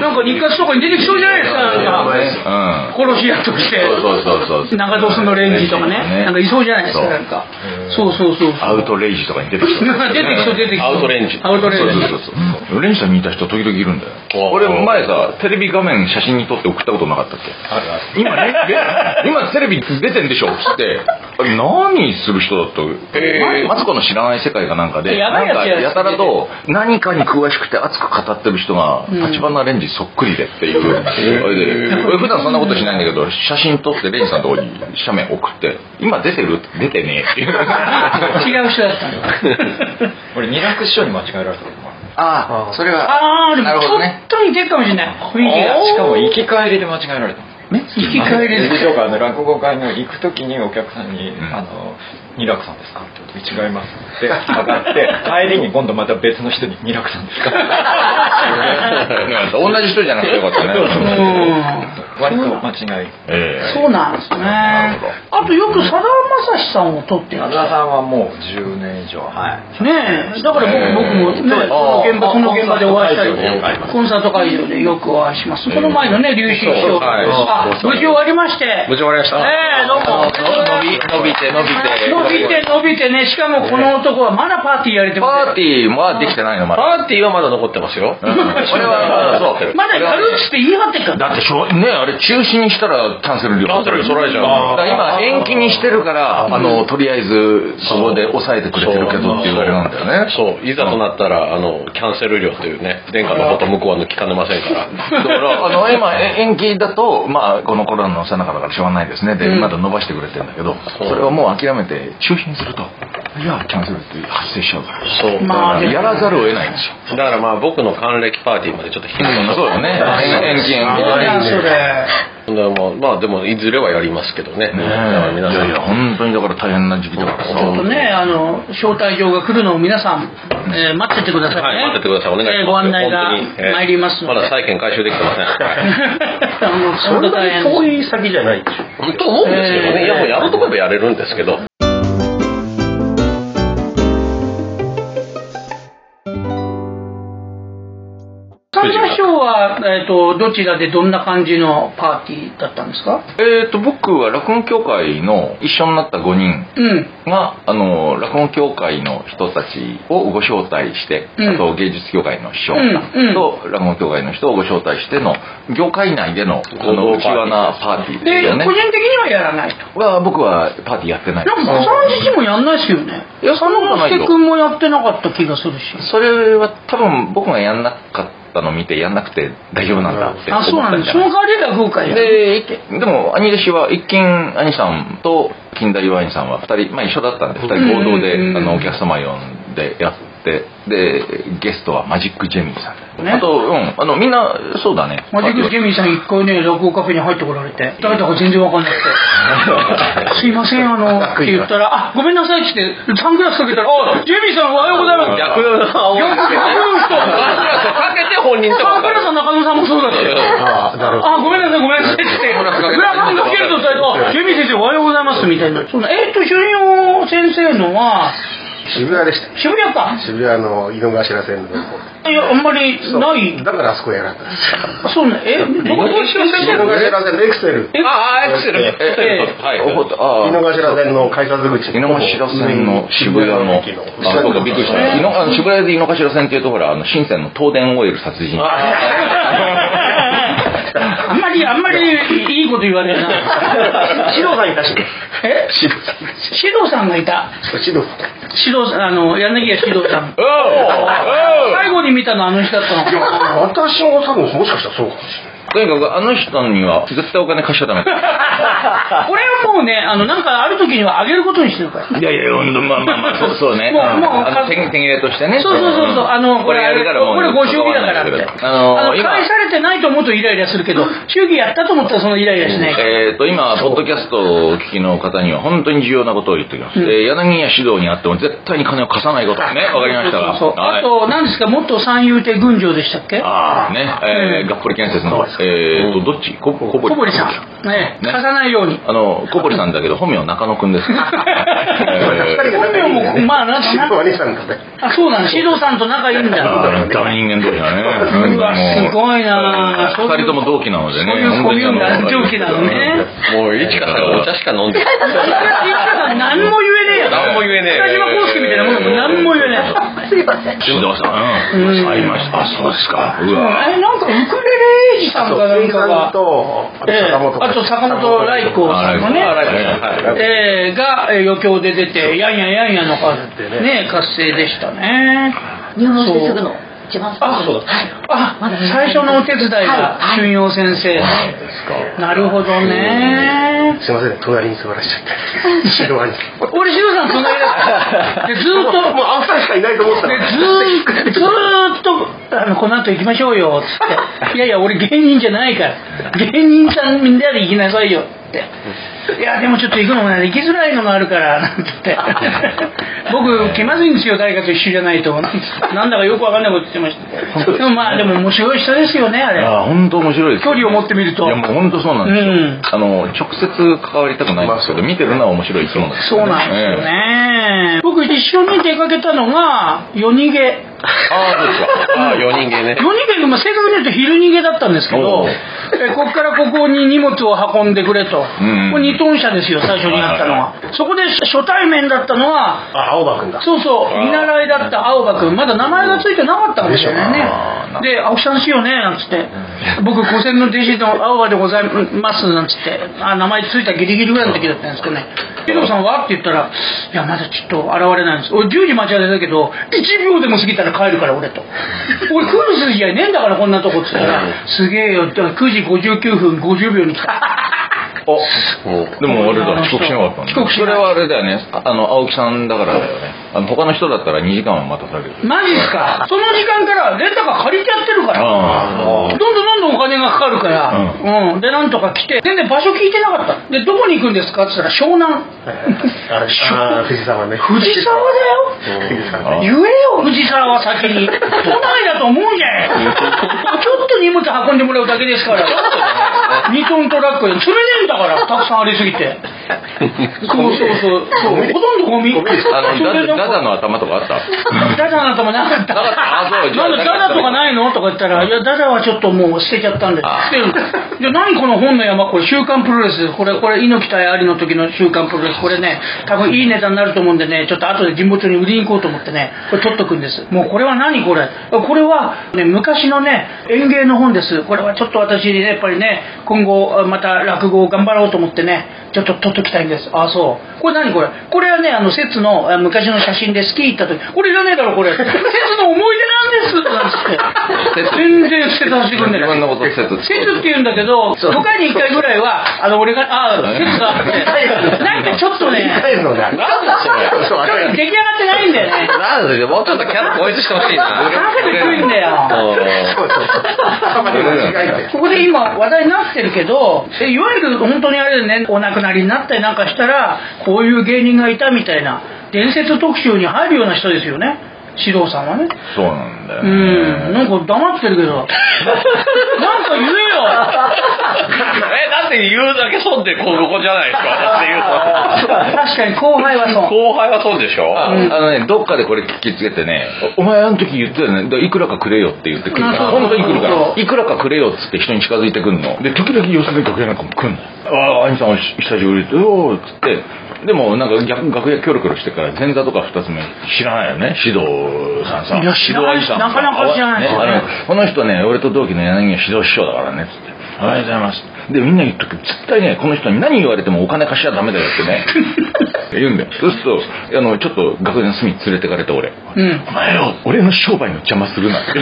[SPEAKER 2] なんか日活とかに出てきそうじゃないですかなんか
[SPEAKER 3] うん
[SPEAKER 2] 殺し屋として
[SPEAKER 3] そうそうそうそう
[SPEAKER 2] 長年のレンジとかねなんかいそうじゃないですか
[SPEAKER 3] そう
[SPEAKER 2] なんかそうそうそうそう
[SPEAKER 3] アウトレイジとかに出てきた
[SPEAKER 2] 出てきそう出てきそう
[SPEAKER 3] アウトレンジ
[SPEAKER 2] アウトレンジ
[SPEAKER 3] そうそうそうそうレンジさんに似た人時々いるんだよ俺前さテレビ画面写真に撮って送ったことなかったっけ今ねレン今テレビ出てんでしょっつって何する人だったマツコの知らない世界かなんかで
[SPEAKER 2] やばいやつ
[SPEAKER 3] なんか
[SPEAKER 2] やつ
[SPEAKER 3] やたらと何かに詳しくて熱く語ってる人が立花レンジそっくりでっていうあれで俺普段そんなことしないんだけど写真撮ってレンジさんのとこに写メ送って今出てる出て ねえっていう
[SPEAKER 2] 違う人だったの
[SPEAKER 7] 俺二楽師匠に間違えられたこともあ
[SPEAKER 3] ああそれ は
[SPEAKER 2] ああーで
[SPEAKER 3] なる
[SPEAKER 2] も
[SPEAKER 3] ほどね
[SPEAKER 2] 本当に出るかもしれない雰囲気が
[SPEAKER 7] るしかも行き帰りで間違えられたの
[SPEAKER 2] 生き返れ
[SPEAKER 7] 劇
[SPEAKER 2] る
[SPEAKER 7] 場からの落語会の行く時にお客さんに「
[SPEAKER 3] ん
[SPEAKER 7] あの二楽さんですか?」って言うと違います」って上がって帰りに今度また別の人に「二楽さんですか?」
[SPEAKER 3] 同じ人じゃなくてよかった
[SPEAKER 2] う
[SPEAKER 3] ね
[SPEAKER 2] ん
[SPEAKER 7] 割と間違い
[SPEAKER 3] ええ
[SPEAKER 2] そうなんですね
[SPEAKER 3] なるほ
[SPEAKER 2] あ
[SPEAKER 3] ど
[SPEAKER 2] とよくさだまさしさんを撮って
[SPEAKER 7] 矢
[SPEAKER 2] ま
[SPEAKER 7] 沢
[SPEAKER 2] し
[SPEAKER 7] さんはもう10年以上はい
[SPEAKER 2] たねえだから僕僕もね
[SPEAKER 3] ええ
[SPEAKER 2] この現場
[SPEAKER 7] あ
[SPEAKER 2] この現場でお会いした
[SPEAKER 7] あ現場会場
[SPEAKER 2] りコンサート会場でよくお会いしますこの前のね龍神師匠
[SPEAKER 3] はい
[SPEAKER 2] あ無事終わりまして
[SPEAKER 6] 無事終わりました
[SPEAKER 2] ええどうも
[SPEAKER 3] 伸び伸びて伸びて
[SPEAKER 2] 伸びて伸びてねしかもこの男はまだパーティーやれてます
[SPEAKER 3] パーティーはできてないのまだ
[SPEAKER 6] パーティーはまだ残ってますよ
[SPEAKER 3] うん俺はそう
[SPEAKER 2] まだやるっつって言い張ってっから
[SPEAKER 3] だってしょねあれ中止にしたらキャンセル料
[SPEAKER 6] キャンセルそられちゃう
[SPEAKER 3] だから今延期にしてるからあのとりあえずそこで抑えてくれてるけどっていうあれなんだよね
[SPEAKER 6] そういざとなったらあのキャンセル料というね殿下のこと向こうは抜きかねませんから
[SPEAKER 3] だからあの今え延期だと、まあ、このコロナのさなかだからしょうがないですねで、
[SPEAKER 2] うん
[SPEAKER 3] まだ伸ばしてくれてるんだけどそれはもう諦めて中止にするといやキャンセルって発生しちゃうから
[SPEAKER 6] そう
[SPEAKER 2] まあ
[SPEAKER 3] やらざるを得ないんですよ
[SPEAKER 6] だからまあ僕の還暦パーティーまでちょっと引きず
[SPEAKER 3] そうだね延期延期
[SPEAKER 6] だからまあまあでもいずれはやりますけどね。だ
[SPEAKER 3] ねえ
[SPEAKER 6] から皆
[SPEAKER 3] い
[SPEAKER 6] さ
[SPEAKER 3] や
[SPEAKER 6] ん
[SPEAKER 3] いや本当にだから大変な時期だからさ
[SPEAKER 2] ちょっとね、あの、招待状が来るのを皆さん、えー待っててくださいね。
[SPEAKER 6] はい、待っててください。お願いします。
[SPEAKER 2] えーご案内が
[SPEAKER 6] 本当にえー
[SPEAKER 2] 参りますの
[SPEAKER 6] ま
[SPEAKER 2] で。
[SPEAKER 6] だ債券回収できて ません。
[SPEAKER 2] そ
[SPEAKER 5] そんなに遠い先じゃないでしょ
[SPEAKER 6] はいと思うんですけど
[SPEAKER 2] えー
[SPEAKER 6] ね。いやもうやろうと思えばやれるんですけど。
[SPEAKER 2] 神田師匠は、えっ、と、どちらでどんな感じのパーティーだったんですか
[SPEAKER 3] えっ、と僕は落語協会の一緒になった5人
[SPEAKER 2] うん。
[SPEAKER 3] があの落語協会の人たちをご招待して、
[SPEAKER 2] うん
[SPEAKER 3] あと芸術協会の師匠
[SPEAKER 2] うんうん
[SPEAKER 3] と落語協会の人をご招待しての業界内でのこの
[SPEAKER 6] 合同パーティー
[SPEAKER 3] 内輪なパーティーです
[SPEAKER 2] で、
[SPEAKER 3] よね
[SPEAKER 2] 個人的にはやらないと。
[SPEAKER 3] は僕はパーティーやってないで
[SPEAKER 2] なんか、
[SPEAKER 3] す
[SPEAKER 2] 三自身もやんないですよね。
[SPEAKER 3] いやそんなことないよ
[SPEAKER 2] 佐野君もやってなかった気がするし。
[SPEAKER 3] それは多分僕がやんなかったの見てやんなくて大丈夫なんだって
[SPEAKER 2] あ、そう
[SPEAKER 3] 思っ
[SPEAKER 2] な
[SPEAKER 3] た
[SPEAKER 2] ん
[SPEAKER 3] ん
[SPEAKER 2] で
[SPEAKER 3] じ
[SPEAKER 2] す。
[SPEAKER 3] ゃ
[SPEAKER 2] そ
[SPEAKER 3] な
[SPEAKER 2] の代わ
[SPEAKER 3] い
[SPEAKER 2] り落語会やる。
[SPEAKER 3] ででも兄弟子は一見兄さんと近代岩兄さんは2人、まあ、一緒だったんで2人合同で、
[SPEAKER 2] うんうんうん
[SPEAKER 3] あのお客様呼んでやってでゲストはマジックジェミーさん、
[SPEAKER 2] ね
[SPEAKER 3] あと、うん、あのみんなそうだね
[SPEAKER 2] マジックジェミーさん一回ね、落語カフェに入ってこられて、誰だか全然わかんなくて、すいません、あの、って言ったら、あ、ごめんなさいって言って、サングラスかけたら、あ、ジェミーさんおはようございます。
[SPEAKER 6] 逆の青い
[SPEAKER 2] 逆
[SPEAKER 6] ですね。サングラスをかけて本人と
[SPEAKER 2] サン
[SPEAKER 6] 分か
[SPEAKER 2] グラ
[SPEAKER 6] る。
[SPEAKER 2] スの中野さんもそうだし。
[SPEAKER 5] ああなるほ
[SPEAKER 2] あ、
[SPEAKER 5] ど
[SPEAKER 2] ごめんなさい、ごめんなさいって。グラフンかけると伝えて、あ、ジェミー先生おはようございますみたいな。そのえっと、主任先生のは、
[SPEAKER 5] 渋谷でした
[SPEAKER 2] 渋谷か。
[SPEAKER 5] 渋谷の井の頭線の
[SPEAKER 2] いや、あんまりない。
[SPEAKER 5] だからあそこやらなかったんです
[SPEAKER 2] そ
[SPEAKER 5] よ
[SPEAKER 2] うね、え、僕どこ出身
[SPEAKER 5] 井の頭線のエクセル
[SPEAKER 6] ああ、エクセル。エクセルはい。
[SPEAKER 3] おほあ
[SPEAKER 5] 井の頭線の改札口
[SPEAKER 3] 井の頭線の渋谷の、あ、そうか、びっくりした。井のあの渋谷で井の頭線っていうところは、あの、深センの東電オイル殺人。
[SPEAKER 2] あんまり、あんまりいいこと言われるな。
[SPEAKER 5] 指導さんいたし
[SPEAKER 2] え
[SPEAKER 5] 指導さん
[SPEAKER 2] 指導さんがいた。
[SPEAKER 5] 指導さん
[SPEAKER 2] 指導さん、あの、柳家指導さん。
[SPEAKER 3] おう
[SPEAKER 2] 最後に見たのあの人だったの。
[SPEAKER 5] いや 私も多分もしかしたらそうかもしれない
[SPEAKER 3] とにかく、あの人には絶対お金貸しちゃダメ。
[SPEAKER 2] これはもうね、あの、なんかある時にはあげることにしてるから。
[SPEAKER 3] いやいや、うんまあまあまあ、 そうそうね。
[SPEAKER 2] もう
[SPEAKER 3] あの
[SPEAKER 2] もう
[SPEAKER 3] あの手手切れとしてね。
[SPEAKER 2] そうそうそうそう、あの、
[SPEAKER 3] これやるからもう。
[SPEAKER 2] これご祝儀だからって。
[SPEAKER 3] あの、今、
[SPEAKER 2] 返されてないと思うとイライラするけど、祝儀やったと思ったらそのイライラしない。
[SPEAKER 3] えー、と今、ポッドキャストをお聞きの方には本当に重要なことを言っておきます、
[SPEAKER 2] うん
[SPEAKER 3] えー柳家指導にあっても絶対に金を貸さないこと ね、わかりましたか
[SPEAKER 2] そうそうそう
[SPEAKER 3] はい
[SPEAKER 2] あと、何ですか、元三遊亭群青でしたっけ
[SPEAKER 3] ああ、ね、えー、がっぽり建設の、えーと、どっちこ小
[SPEAKER 2] 小
[SPEAKER 3] 堀
[SPEAKER 2] 堀
[SPEAKER 3] さ
[SPEAKER 2] さ
[SPEAKER 3] ん。
[SPEAKER 2] ん。ね、
[SPEAKER 3] ね
[SPEAKER 2] 貸さないように。
[SPEAKER 3] あの、小堀さんだけど、本名は中野く んです。え ー
[SPEAKER 2] 本名も、まあ、なん
[SPEAKER 5] 指導
[SPEAKER 2] か、
[SPEAKER 5] は兄さんの方
[SPEAKER 2] あ、そうなんだ、獅童さんと仲いいん
[SPEAKER 3] あ
[SPEAKER 2] だ。
[SPEAKER 3] ーダメ人間同士だね。
[SPEAKER 2] うわすごいな
[SPEAKER 3] 二人とも同期なのでね。
[SPEAKER 2] そういうコミューンが上記なのね。
[SPEAKER 6] もう、いちかさんがお茶しか飲んでない。
[SPEAKER 2] いやいや何も言えねえよ。
[SPEAKER 6] 何も言えねえ
[SPEAKER 2] 北島康介みたいなもん、何も言えねえ。
[SPEAKER 3] 指導さん、う
[SPEAKER 2] うん
[SPEAKER 3] ん。ありました。あ、そうですか。うわ。
[SPEAKER 2] え、なんかウクレレエイジさんかなんか
[SPEAKER 5] さん
[SPEAKER 2] が、
[SPEAKER 5] とあと
[SPEAKER 2] ええ
[SPEAKER 5] 坂本
[SPEAKER 2] あと坂本来光さんがね、
[SPEAKER 3] はい
[SPEAKER 2] えーがえー余興で出て、やんややんやの数でね、活性でしたね。
[SPEAKER 4] 入門してすぐの一番最
[SPEAKER 2] あ
[SPEAKER 4] 初
[SPEAKER 2] そうだ
[SPEAKER 4] はい
[SPEAKER 2] あ、
[SPEAKER 4] まだ
[SPEAKER 2] 最初のお手伝いが
[SPEAKER 4] はい
[SPEAKER 2] 春陽先生。なるほどね。
[SPEAKER 5] すいませんね隣に座らしちゃ って指導兄さん
[SPEAKER 2] 俺、シドさん隣 だった。でずーっと、
[SPEAKER 5] もうあんたしかいないと思った
[SPEAKER 2] でずーっと、ずーっと、あの、この後行きましょうよ、つって。いやいや、俺芸人じゃないから。芸人さんみんなで行きなさいよ、って。いや、でもちょっと行くのもね、行きづらいのがあるから、なんつって。僕、気まずいんですよ、誰かと一緒じゃないと。なんつってなんだかよくわかんないこと言ってました。でもまあ、でも面白い人ですよね、あ
[SPEAKER 3] い
[SPEAKER 2] れ。
[SPEAKER 3] や、本当面白いです。
[SPEAKER 2] 距離を持ってみると
[SPEAKER 3] いや、もう本当そうなんですよ。
[SPEAKER 2] うん
[SPEAKER 3] あの、直接関わりたくないんですけど、見てるのは面白い生き物です
[SPEAKER 2] そうなんですよ
[SPEAKER 3] ええ
[SPEAKER 2] ね。僕、一緒に出かけたのが、夜逃げ。
[SPEAKER 6] ああ、そうですか。ああ、4人芸ね。
[SPEAKER 2] 夜逃げ、まあ、正確に言うと昼逃げだったんですけど、
[SPEAKER 3] おう
[SPEAKER 2] えここからここに荷物を運んでくれと、
[SPEAKER 3] んうん
[SPEAKER 2] これ2トン車ですよ、最初にやったのは。そこで初対面だったのは、
[SPEAKER 5] あ青葉君だ
[SPEAKER 2] そうそう、見習いだった青葉君、まだ名前がついてなかったんですよね
[SPEAKER 3] あ。
[SPEAKER 2] で、青木さんですよね、なんつって、僕、古戦の弟子の青葉でございます、なんつって、あ名前ついたギリギリぐらいの時だったんですけどね。ヒロさんはって言ったら、いや、まだちょっと現れないんです。俺10時待ち合わせだけど、1秒でも過ぎたら帰るから、俺と。俺来る筋合いねえんだから、こんなとこっつったら、すげえよって、9時59分50秒に来た。
[SPEAKER 3] あでもあれだ遅刻しなかったんだ
[SPEAKER 2] 遅刻しない
[SPEAKER 3] それはあれだよねああの青木さんだからだよねあの他の人だったら2時間は待たされる
[SPEAKER 2] マジっすかその時間からレンタカー借りちゃってるから。
[SPEAKER 3] あ
[SPEAKER 2] どんどんどんどんお金がかかるから、うん、で、なんとか来て、全然場所聞いてなかった。で、どこに行くんですかって言ったら、湘南。
[SPEAKER 5] あれ、あー藤沢ね。
[SPEAKER 2] 藤沢だよ
[SPEAKER 5] 藤沢
[SPEAKER 3] あ
[SPEAKER 2] 言えよ、藤沢は先に。都内だと思うじゃん。 ちょっと荷物運んでもらうだけですから。2トントラックで積めねえんだから、たくさんありすぎて。そうそうそう。そうほとんどゴミ。
[SPEAKER 3] あの
[SPEAKER 2] それで
[SPEAKER 3] ダダダの頭とかあった
[SPEAKER 2] ダダなんかもなかった。
[SPEAKER 3] なかったあそうじゃ
[SPEAKER 2] な
[SPEAKER 3] あ
[SPEAKER 2] んだ、ダダとかないのとか言ったら、いや、ダダはちょっともう捨てちゃったんで。
[SPEAKER 3] あ
[SPEAKER 2] 捨てる。で、何この本の山、これ、週刊プロレス。これ、これ、猪木対アリの時の週刊プロレス。これね、多分いいネタになると思うんでね、ちょっと後で神保町に売りに行こうと思ってね、これ取っとくんです。もうこれは何これこれは、ね、昔のね、園芸の本です。これはちょっと私ね、やっぱりね、今後、あまた落語を頑張ろうと思ってね、ちょっと撮っときたいんです。あ、そう。これ何これこれはね、あの、説のあ昔の写真でスキー行った時、これいらねえだろ、これ。説 の思い出なんですなんつって。全然捨てさせてくんねえ
[SPEAKER 3] 自分のこと説
[SPEAKER 2] 説って言うんだけど、5回に1回ぐらいは、あの、俺が、ああ、説があって、なんかちょっとね、
[SPEAKER 5] 帰るのだ。そうあ
[SPEAKER 2] ち ょっと
[SPEAKER 5] れ
[SPEAKER 2] 出来上がってないんだよね。
[SPEAKER 6] なんでもうちょっとキャラ統一してほしいな。
[SPEAKER 2] なんかで来るんだよ。
[SPEAKER 5] そうそうそう。たまに間違えて。
[SPEAKER 2] ここで今話題になってるけど、えいわゆる本当にあれでね、お亡くなりになったりなんかしたら、こういう芸人がいたみたいな、伝説特集に入るような人ですよね。指導さんはね。
[SPEAKER 3] そうなんだよ
[SPEAKER 2] う
[SPEAKER 3] ね
[SPEAKER 2] ん、なんか黙ってる けど。なんか言えよ。
[SPEAKER 6] え、だって言うだけ損ってここじゃないですか、私言う と。
[SPEAKER 2] 確かに後輩はそう。
[SPEAKER 6] 後輩は損でしょ
[SPEAKER 3] ああのね、どっかでこれ聞きつけてね、おお前あの時言ってたよね、だからいくらかくれよって言ってくるから、
[SPEAKER 2] うん
[SPEAKER 3] 本当に来るか
[SPEAKER 2] そう
[SPEAKER 3] ら、いくらかくれよっつって人に近づいてくるの。で、時々寄せて楽屋なんかも来んの。ああ、兄さんお久しぶりです、うおーっつって、でもなんか逆楽屋キョロキョロしてから、前座とか二つ目、知らないよね、指導さんさ。
[SPEAKER 2] いや
[SPEAKER 3] 指導兄さんさ。
[SPEAKER 2] なかなか知らないですよね
[SPEAKER 3] あのこの人ね、俺と同期の柳家指導師匠だからね、つって。おはようございます。で、みんな言っとくけど絶対ね、この人に何言われてもお金貸しちゃダメだよって ね、言うんだよ。そうすると、あの、ちょっと学園の隅に連れてかれて俺、
[SPEAKER 2] うん。
[SPEAKER 3] お前よ、俺の商売の邪魔 するなって。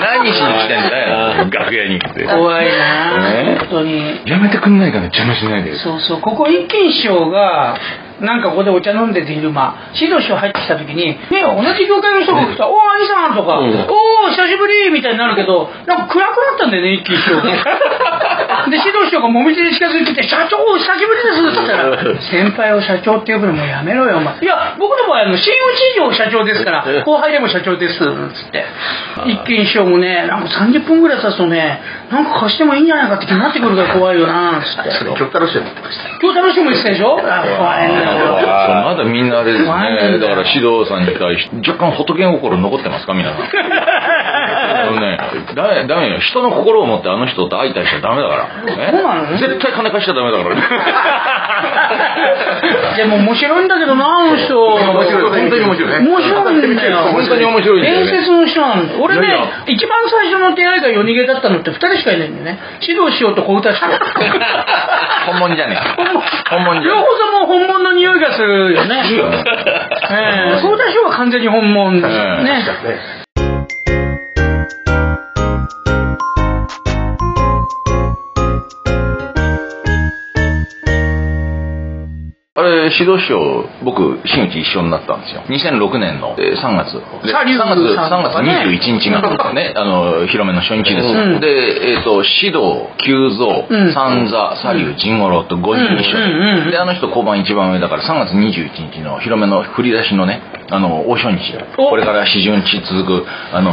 [SPEAKER 3] 何しに来てんだよ、楽屋に来て。
[SPEAKER 2] 怖いな
[SPEAKER 3] ね
[SPEAKER 2] 本当に。
[SPEAKER 3] やめてくんないかな、邪魔しないで。
[SPEAKER 2] そうそう、ここ一軒師匠が、なんかここでお茶飲んでて昼間、指導師匠入ってきた時に、ね、同じ業界の人が来たら、おお、兄さんとか、おお、久しぶりみたいになるけど、なんか暗くなったんだよね、一軒師匠が。 で、指導師匠がもみじで近づいてきて、社長、お久しぶりですって言ったら、先輩を社長って呼ぶのもうやめろよ、お前。いや、僕の場合、あの、新内市場社長ですから、後輩でも社長です、つって。一軒師匠もね、なんか30分ぐらい経つとね、なんか貸してもいいんじゃないかって気になってくるから怖いよな、つって。
[SPEAKER 5] それ、極太郎師匠に言ってました。
[SPEAKER 2] 今日楽しみも言ってたでしょあ怖いな
[SPEAKER 3] まだみんなあれです
[SPEAKER 2] 怖いんだよ
[SPEAKER 3] ね。だから指導さんに対して、若干仏心残ってますか、皆さん。あのね、ダメ、ダメよ。人の心を持ってあの人と相対しちゃダメだから。ね
[SPEAKER 2] そうなの
[SPEAKER 3] 絶対金貸しちゃダメだか らね。
[SPEAKER 2] でも面白いんだけどなあの人
[SPEAKER 5] 面白い本当に面白い
[SPEAKER 2] 面白いんだよ
[SPEAKER 5] 本当
[SPEAKER 3] に面白いんだよね
[SPEAKER 2] 伝説の人なんだ俺ね
[SPEAKER 3] いやいや
[SPEAKER 2] 一番最初の出会いが夜逃げだったのって二人しかいないんだよね指導しようと小歌しよう
[SPEAKER 3] 本物じゃねえか。 本物じゃ
[SPEAKER 2] 両
[SPEAKER 3] ね
[SPEAKER 2] 方とも本物の匂いがするよね。
[SPEAKER 3] えか。
[SPEAKER 2] ええ小歌師匠は完全に本物です
[SPEAKER 3] うん
[SPEAKER 2] ね。
[SPEAKER 5] ね
[SPEAKER 3] あれ、指導師匠、僕、新内一緒になったんですよ。2006年の、えー3月。で
[SPEAKER 2] サリュー
[SPEAKER 3] 3月、
[SPEAKER 2] さんと
[SPEAKER 3] 3月
[SPEAKER 2] かね
[SPEAKER 3] 21日が、 ね、あの、広めの初日です。
[SPEAKER 2] うん
[SPEAKER 3] で、えっ、と、指導、急蔵
[SPEAKER 2] うん、
[SPEAKER 3] 三座、サリュー、甚五郎と5人一緒
[SPEAKER 2] うんうんうんうん
[SPEAKER 3] で、あの人、交番一番上だから、3月21日の広めの振り出しのね、あの、大初日。
[SPEAKER 2] お
[SPEAKER 3] これから四十日続く、あの、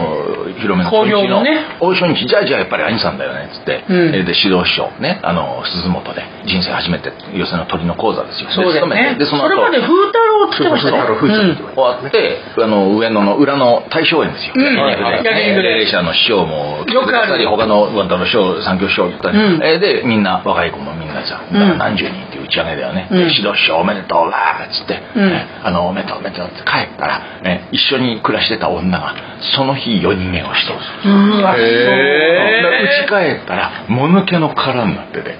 [SPEAKER 3] 広めの初
[SPEAKER 2] 興行
[SPEAKER 3] 日
[SPEAKER 2] の
[SPEAKER 3] の
[SPEAKER 2] ね
[SPEAKER 3] 大初日、じゃあじゃあやっぱり兄さんだよね、つって。
[SPEAKER 2] うん
[SPEAKER 3] えーで、指導師匠、ね、あの、鈴本で、人生初めて、寄せの鳥の講座ですよ。
[SPEAKER 2] そうだよね。
[SPEAKER 3] で、その
[SPEAKER 2] それまで
[SPEAKER 3] 後、
[SPEAKER 2] 風太郎って言ってましたね。
[SPEAKER 5] 風太郎風太郎って言われて
[SPEAKER 3] 終わって、あの、上野の裏の大正園ですよ。
[SPEAKER 2] うん
[SPEAKER 3] 焼肉
[SPEAKER 2] はい
[SPEAKER 3] で
[SPEAKER 2] 焼肉で
[SPEAKER 3] 霊社の師匠も、
[SPEAKER 2] よくある
[SPEAKER 3] 他のワンダの師匠、三教師匠行ったり、
[SPEAKER 2] うん
[SPEAKER 3] えーで、みんな、若い子もみんなさ、
[SPEAKER 2] うん
[SPEAKER 3] 何十人っていう打ち上げだよね。
[SPEAKER 2] うん
[SPEAKER 3] で指導師匠おめでとうわーっつって、
[SPEAKER 2] うん
[SPEAKER 3] ねあの、おめでとうおめでとうって帰ったら、ね、一緒に暮らしてた女が、その日夜逃げをしてる。
[SPEAKER 2] うわ、そう。
[SPEAKER 3] うち帰ったら、もぬけの殻になってて。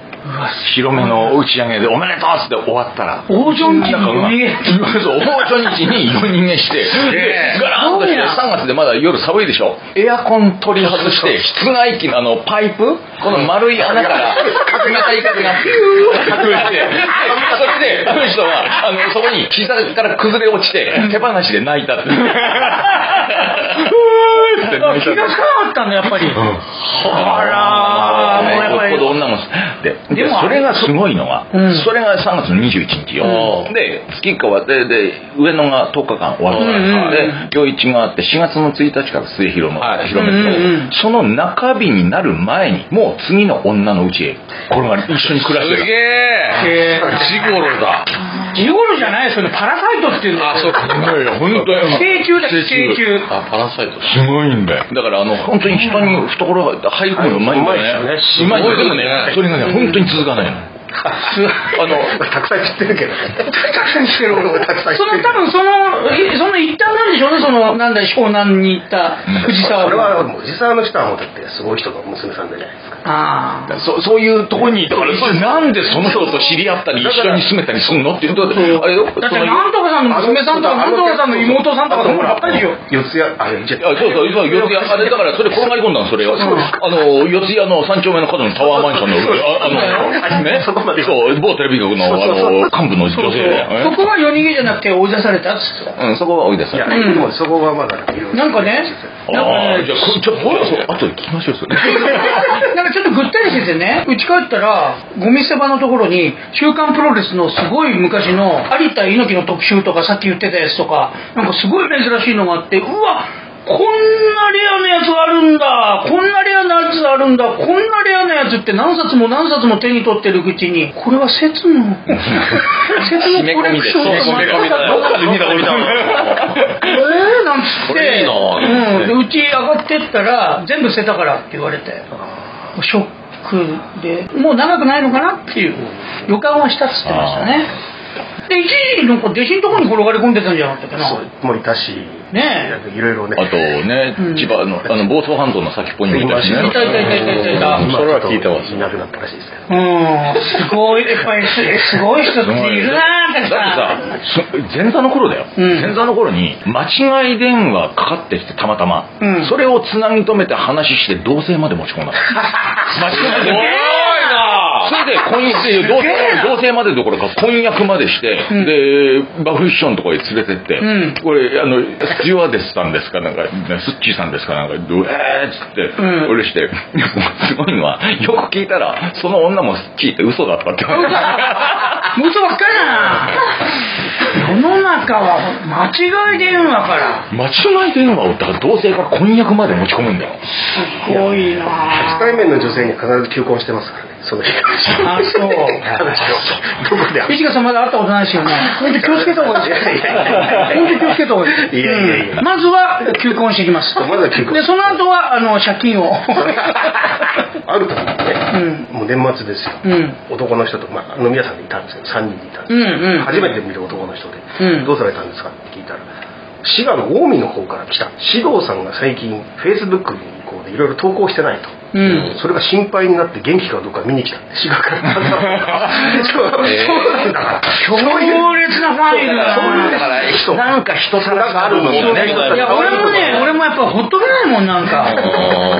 [SPEAKER 3] 広めの打ち上げで「おめでとう!」っつって終わったら
[SPEAKER 2] 大ジョンキ
[SPEAKER 3] なんかまあそう大初日に4人寝してでガランとして3月でまだ夜寒いでしょエアコン取り外して室外機のあのパイプこの丸い穴から冷たい風がピューッて吹いてそれであの人はあのそこに膝から崩れ落ちて手放しで泣いたってう ーって泣い
[SPEAKER 2] 気がつ
[SPEAKER 3] た
[SPEAKER 2] かなかったんだやっぱり、あらーもうやっぱり
[SPEAKER 3] ねよっぽど女もでで
[SPEAKER 2] でも
[SPEAKER 3] それがすごいのが、
[SPEAKER 2] うん
[SPEAKER 3] それが3月の21日よ、で月変わってで上野が10日間終わるじゃないですか、で今日一があって4月の1日から末広の、広めの、
[SPEAKER 2] うんうんうん
[SPEAKER 3] その中日になる前にもう次の女のうちへこれが一緒に暮らして
[SPEAKER 6] すげ
[SPEAKER 3] る
[SPEAKER 6] え
[SPEAKER 2] へー
[SPEAKER 6] ジゴロだ
[SPEAKER 2] ジゴロじゃないですよねパラサイトっていうの
[SPEAKER 6] あそうか
[SPEAKER 3] いやいや本当に
[SPEAKER 2] 請求だよ請求
[SPEAKER 6] あパラサイト
[SPEAKER 3] すごいんだよだからあの本当に人に懐が入り込むのうまいんだよね
[SPEAKER 5] う
[SPEAKER 3] うま
[SPEAKER 5] まい
[SPEAKER 3] いんだよ
[SPEAKER 5] ですね
[SPEAKER 3] でもねそれがね本当に続かないの
[SPEAKER 5] あの、たくさん知ってるけどね。たくさん知ってる俺もたくさん知
[SPEAKER 2] そ
[SPEAKER 5] っ
[SPEAKER 2] の
[SPEAKER 5] てる。
[SPEAKER 2] 多分そのえその一旦なんでしょうねそのなんだ湘南に行った藤沢
[SPEAKER 5] それ
[SPEAKER 2] は
[SPEAKER 5] はもう藤沢の人はもうだってすごい人の娘さんじゃないですか。
[SPEAKER 2] ああ
[SPEAKER 3] そそういうとこにだからそれなんでその人と知り合ったり一緒に住めたりするのっていうとあれよ
[SPEAKER 2] だって
[SPEAKER 3] その
[SPEAKER 2] なんとかさんの娘さんとかなんとかさんの妹さんとかそんなのばっかりでしょ
[SPEAKER 5] 四つ谷、あ、いや
[SPEAKER 3] い
[SPEAKER 5] じゃ
[SPEAKER 3] やそうそうそう四谷あれだからそれ転がり込んだのそれを、あの四谷の三丁目の角のタワーマンションの上ああのね
[SPEAKER 5] そこまで
[SPEAKER 3] そう某テレビ局のあの幹部の女性だよ
[SPEAKER 2] そ
[SPEAKER 3] ね
[SPEAKER 2] こは夜逃げじゃなくて追い出されたっつってた
[SPEAKER 3] うんそこは追い出さ
[SPEAKER 5] い
[SPEAKER 3] れ
[SPEAKER 5] や、
[SPEAKER 3] た
[SPEAKER 2] ん
[SPEAKER 5] でもそこはまだいろいろ
[SPEAKER 2] なんかねなん
[SPEAKER 3] あ
[SPEAKER 2] か
[SPEAKER 3] あ
[SPEAKER 2] ね
[SPEAKER 3] じゃあこちょっとあとで聞きましょうそれ
[SPEAKER 2] なんかちょっとぐったりしててね、うち帰ったら、ゴミ捨て場のところに、週刊プロレスのすごい昔の有田猪木の特集とか、さっき言ってたやつとか、なんかすごい珍しいのがあって、うわこんなレアなやつあるんだこんなレアなやつあるんだこんなレアなやつって何冊も何冊も手に取ってるうちに、これは説の、 説のコレクション
[SPEAKER 6] 締め込みでそう
[SPEAKER 2] どっかで見た
[SPEAKER 6] こ
[SPEAKER 2] こと
[SPEAKER 6] ない
[SPEAKER 2] えー、なんつって
[SPEAKER 6] これいいな
[SPEAKER 2] うん、でうち上がってったら全部捨てたからって言われてもうショックでもう長くないのかなっていう予感はしたっつってましたねで一時期の弟子のところに転がり込んでたんじゃなかったかな
[SPEAKER 5] そうもいたし、
[SPEAKER 2] ね
[SPEAKER 5] いろいろね。
[SPEAKER 3] あとね
[SPEAKER 2] うん
[SPEAKER 3] 千葉のあの房総半島の先っぽにいたし
[SPEAKER 2] い
[SPEAKER 3] ね
[SPEAKER 2] たいたいたいたいた
[SPEAKER 5] 今
[SPEAKER 3] それは聞いてます
[SPEAKER 5] いなくなったらしいですけ
[SPEAKER 2] う
[SPEAKER 5] ど。
[SPEAKER 2] んすごいやっぱりすすごい人っているなーって
[SPEAKER 3] だ
[SPEAKER 2] さ
[SPEAKER 3] ってさそ前座の頃だよ、
[SPEAKER 2] うん
[SPEAKER 3] 前座の頃に間違い電話かかってきてたまたま、
[SPEAKER 2] うん
[SPEAKER 3] それをつなぎ止めて話して同棲まで持ち込んだの間違い電話それで婚約同棲同棲までどころか婚約までして、
[SPEAKER 2] ん
[SPEAKER 3] でバフ師匠のところへ連れてって、
[SPEAKER 2] うん
[SPEAKER 3] これあのスチュワーデスさんですかなんかスッチーさんですかなんか「うえー」っつって、
[SPEAKER 2] ん
[SPEAKER 3] 俺して すごいのはよく聞いたらその女もスッチーって嘘だったって
[SPEAKER 2] もう嘘ばっかりだな世の中は間違い電話から
[SPEAKER 3] 間違い電話をだから同性から婚約まで持ち込むんだよ
[SPEAKER 2] すごいな
[SPEAKER 5] 初対面の女性に必ず求婚してますからね、その日
[SPEAKER 2] あそう
[SPEAKER 5] 話を。どこで会う
[SPEAKER 2] 藤川さんまだ会ったことないですよね本当気をつけた方がいいですよ本当気をつけた方がいい
[SPEAKER 5] いやいやいや
[SPEAKER 2] うんまずは求婚してきます
[SPEAKER 5] まずは求婚
[SPEAKER 2] でその後はあの借金を
[SPEAKER 5] ある時にね、もう年末ですよ、
[SPEAKER 2] うん
[SPEAKER 5] 男の人と、まあ、飲み屋さんでいたんですけど3人でいたんです、
[SPEAKER 2] うんうん
[SPEAKER 5] 初めて見る男の人で、
[SPEAKER 2] うん
[SPEAKER 5] どうされたんですかって聞いたら滋賀の近江の方から来た獅童さんが最近フェイスブックにこうでいろいろ投稿してないと、
[SPEAKER 2] うん
[SPEAKER 5] それが心配になって元気かどうか見に来たって滋賀か らそうなんだから
[SPEAKER 2] 強烈なファンいるな
[SPEAKER 5] だから人なんか人さらがあるのにね
[SPEAKER 2] いや俺もね俺もやっぱほっとけないもんなんか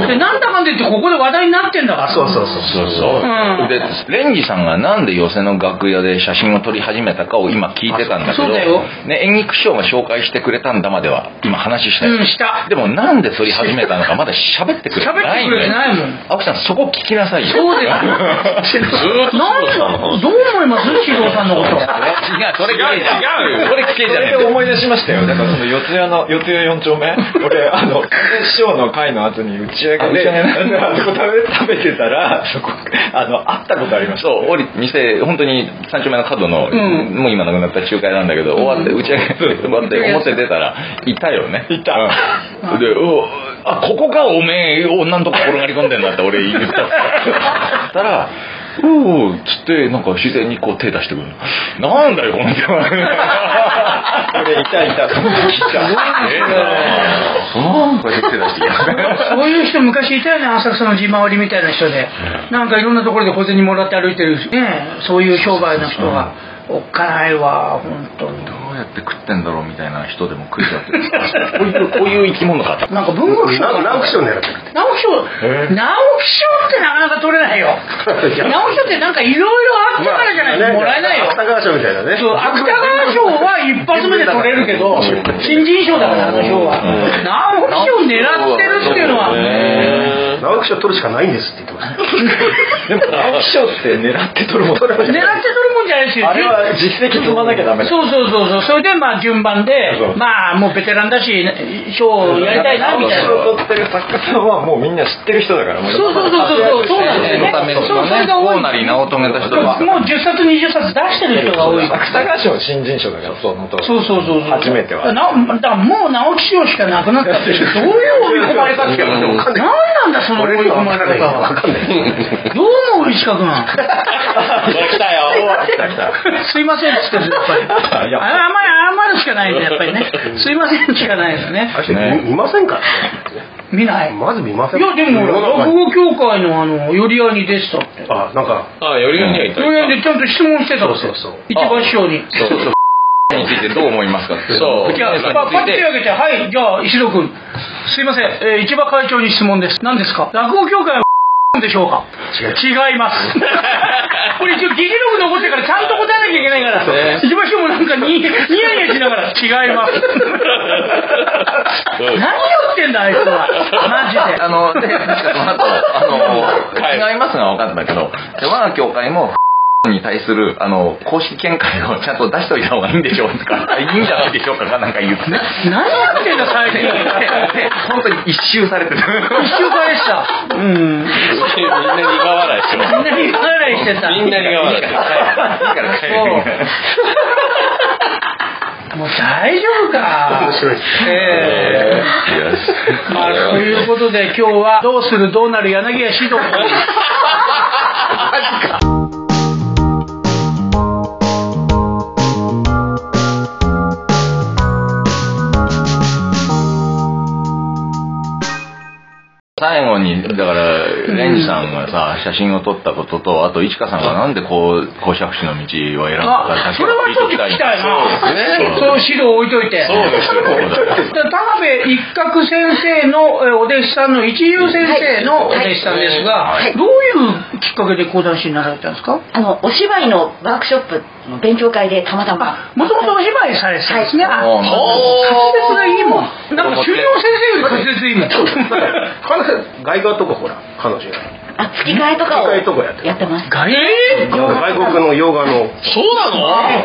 [SPEAKER 2] でなんだかんで言ってここで話題になってんだから
[SPEAKER 5] そうそうそう
[SPEAKER 3] そうそう、
[SPEAKER 2] うん
[SPEAKER 3] でレンジさんがなんで寄席の楽屋で写真を撮り始めたかを今聞いてたんだけ
[SPEAKER 2] あそ
[SPEAKER 3] ど
[SPEAKER 2] うだよ
[SPEAKER 3] ね、演劇師匠が紹介してくれたんだまでは今話したよ、
[SPEAKER 2] うんした
[SPEAKER 3] でもなんで撮り始めたのかまだ喋ってくれて
[SPEAKER 2] 喋っ
[SPEAKER 3] ない
[SPEAKER 2] て
[SPEAKER 3] ん
[SPEAKER 2] くれ
[SPEAKER 3] だ
[SPEAKER 2] て
[SPEAKER 3] よ
[SPEAKER 2] ないもん
[SPEAKER 3] 青木さんそこ聞きなさいよ
[SPEAKER 2] そうですよなんでどう思い ます獅童 さんのこと
[SPEAKER 3] 違うそれ違う違うそれ聞けじ
[SPEAKER 7] そ
[SPEAKER 3] ゃ
[SPEAKER 7] れ
[SPEAKER 3] ねえ
[SPEAKER 7] で思い出しましたよだからその四谷の四谷四丁目俺あ の師匠の会の後に打ち上
[SPEAKER 3] あ打ち
[SPEAKER 7] げ
[SPEAKER 3] 上げ
[SPEAKER 7] で
[SPEAKER 3] ね
[SPEAKER 7] あそこ食べ食べてたらそこあの会ったことありました
[SPEAKER 3] そう、俺、店、本当に三丁目の角の、
[SPEAKER 2] ん
[SPEAKER 3] もう今なくなった中華屋なんだけど、終わって、打ち上げ終わって、表出たら、いたよね。いた。で、おあ、ここがおめえ、女のとこ転がり込んでんだって俺言った。たら、おうおうっつってなんか自然にこう手出してくるのなんだよこの 手前これ痛い 痛い痛い なんか手出してきた
[SPEAKER 2] そういう人昔いたよね、浅草の地回りみたいな人で。なんかいろんなところで小銭もらって歩いてる、ね、そういう商売の人が。おっかないわ、本当に。
[SPEAKER 3] どうやって食ってんだろうみたいな人でも食いちゃってるこういうこういう生き物があった
[SPEAKER 2] なんか文学賞
[SPEAKER 5] な
[SPEAKER 2] かな
[SPEAKER 5] 何クション狙ってるって
[SPEAKER 2] 直木賞、直木賞ってなかなか取れないよ。
[SPEAKER 5] いや
[SPEAKER 2] 直木賞ってなんかいろいろあったからじゃないともらえないよ。
[SPEAKER 5] 芥川賞みたいなね
[SPEAKER 2] そう芥川賞 は一発目で取れるけど、新人賞だから、あの賞は。直木賞狙ってるっていうのは。
[SPEAKER 5] 直木賞取るしかないんですって言ってました
[SPEAKER 7] でも直木賞って狙って取る
[SPEAKER 2] 狙
[SPEAKER 7] もん
[SPEAKER 2] って取るもんじゃないですよ。
[SPEAKER 7] あれは実績積まなきゃダメだ
[SPEAKER 2] そうそうそうそう。それでまあ順番で
[SPEAKER 7] そう、
[SPEAKER 2] まあもうベテランだし、賞をやりたいなみたいな。
[SPEAKER 7] 直木賞取ってる作家さんはもうみんな知ってる人だからもう
[SPEAKER 2] そうそうそうそう、そうなんだよね。
[SPEAKER 6] の
[SPEAKER 2] そう、それが多
[SPEAKER 6] こ
[SPEAKER 2] い。
[SPEAKER 6] うなりなおとめた人は
[SPEAKER 2] もう10冊、20冊出してる人が多い。
[SPEAKER 7] 芥川賞新人賞だからそのと
[SPEAKER 2] そうそうそうそう。
[SPEAKER 7] 初めては
[SPEAKER 2] なだからもう直木賞しかなくなったっていう、どういう追い込まれ方って
[SPEAKER 5] う
[SPEAKER 2] 何
[SPEAKER 5] ん
[SPEAKER 2] なんだその追い込まれ方は。どうも折近君。
[SPEAKER 6] 来たよ
[SPEAKER 2] すいませんっつってるやっぱり。あ
[SPEAKER 7] いや
[SPEAKER 2] あんまり謝るしかないね、やっぱりね。すいませんしかないですね。
[SPEAKER 5] あれ見見ませんからね
[SPEAKER 2] 見ない。
[SPEAKER 5] まず見ませ
[SPEAKER 2] い
[SPEAKER 5] ん
[SPEAKER 2] や、でも、落語協会のあの、寄り合いに出てたって。
[SPEAKER 5] あなんか
[SPEAKER 6] あよりがにはいた
[SPEAKER 2] 寄り合いでちゃんと質問してたって。
[SPEAKER 5] そうそうそう
[SPEAKER 2] 一番師匠に。
[SPEAKER 6] そうそうについてどう思いますかってそう
[SPEAKER 2] じゃあ、まあ、パッて上げて、はい、じゃあ、石戸君、すいません、えー、市場会長に質問です。何ですか落語協会は でしょうか違い ます。これ一応、議事録残ってるから、ちゃんと答えなきゃいけないから、市場師匠もなんかに、ニヤニヤしながら、違います。何言ってんだ、あいつは。マジで。
[SPEAKER 6] あの、で、確かその後、あの、違いますが分かったんだけど、で我が協会も、に対する、あの、公式見解をちゃんと出しといた方がいいんでしょうか、あいいんじゃないでしょうか、なんか言って。
[SPEAKER 2] 何やってんだ、最 近。
[SPEAKER 6] で本当に一周されてる。
[SPEAKER 2] 一週間でした。う
[SPEAKER 8] みん
[SPEAKER 2] ん。
[SPEAKER 8] な苦笑いしてま
[SPEAKER 2] みんなに笑いしてた。
[SPEAKER 8] みんな苦笑いしてま
[SPEAKER 6] から帰る
[SPEAKER 2] もう大丈夫か。
[SPEAKER 5] 面白いです
[SPEAKER 2] ええまあ、ということで、今日はどうする、どうなる、柳家指導。
[SPEAKER 6] 最後にだからレンジさんがさ写真を撮ったこととあといちかさんがなんでこう公爵士の道を選んだか、
[SPEAKER 2] あそれはちょっと聞きたいな。そう、指導置いといて。
[SPEAKER 8] そうですよ
[SPEAKER 2] 田辺一角先生のえお弟子さんの一流先生のお弟子さんですが、
[SPEAKER 4] はい
[SPEAKER 2] どういうきっかけで講談師になられたんですか
[SPEAKER 4] あのお芝居のワークショップの勉強会でたまたま
[SPEAKER 2] あ、もともとお芝居されてたんですね。
[SPEAKER 6] は
[SPEAKER 2] あ
[SPEAKER 6] い
[SPEAKER 2] 滑舌がいいもん。なんか修行先生より滑舌いいもん。
[SPEAKER 5] 彼女外画とかほら彼女
[SPEAKER 4] あ吹き替えとかを
[SPEAKER 5] 吹き替えとかやってる
[SPEAKER 4] やってます
[SPEAKER 2] 外
[SPEAKER 5] 外国の洋画の
[SPEAKER 8] そうな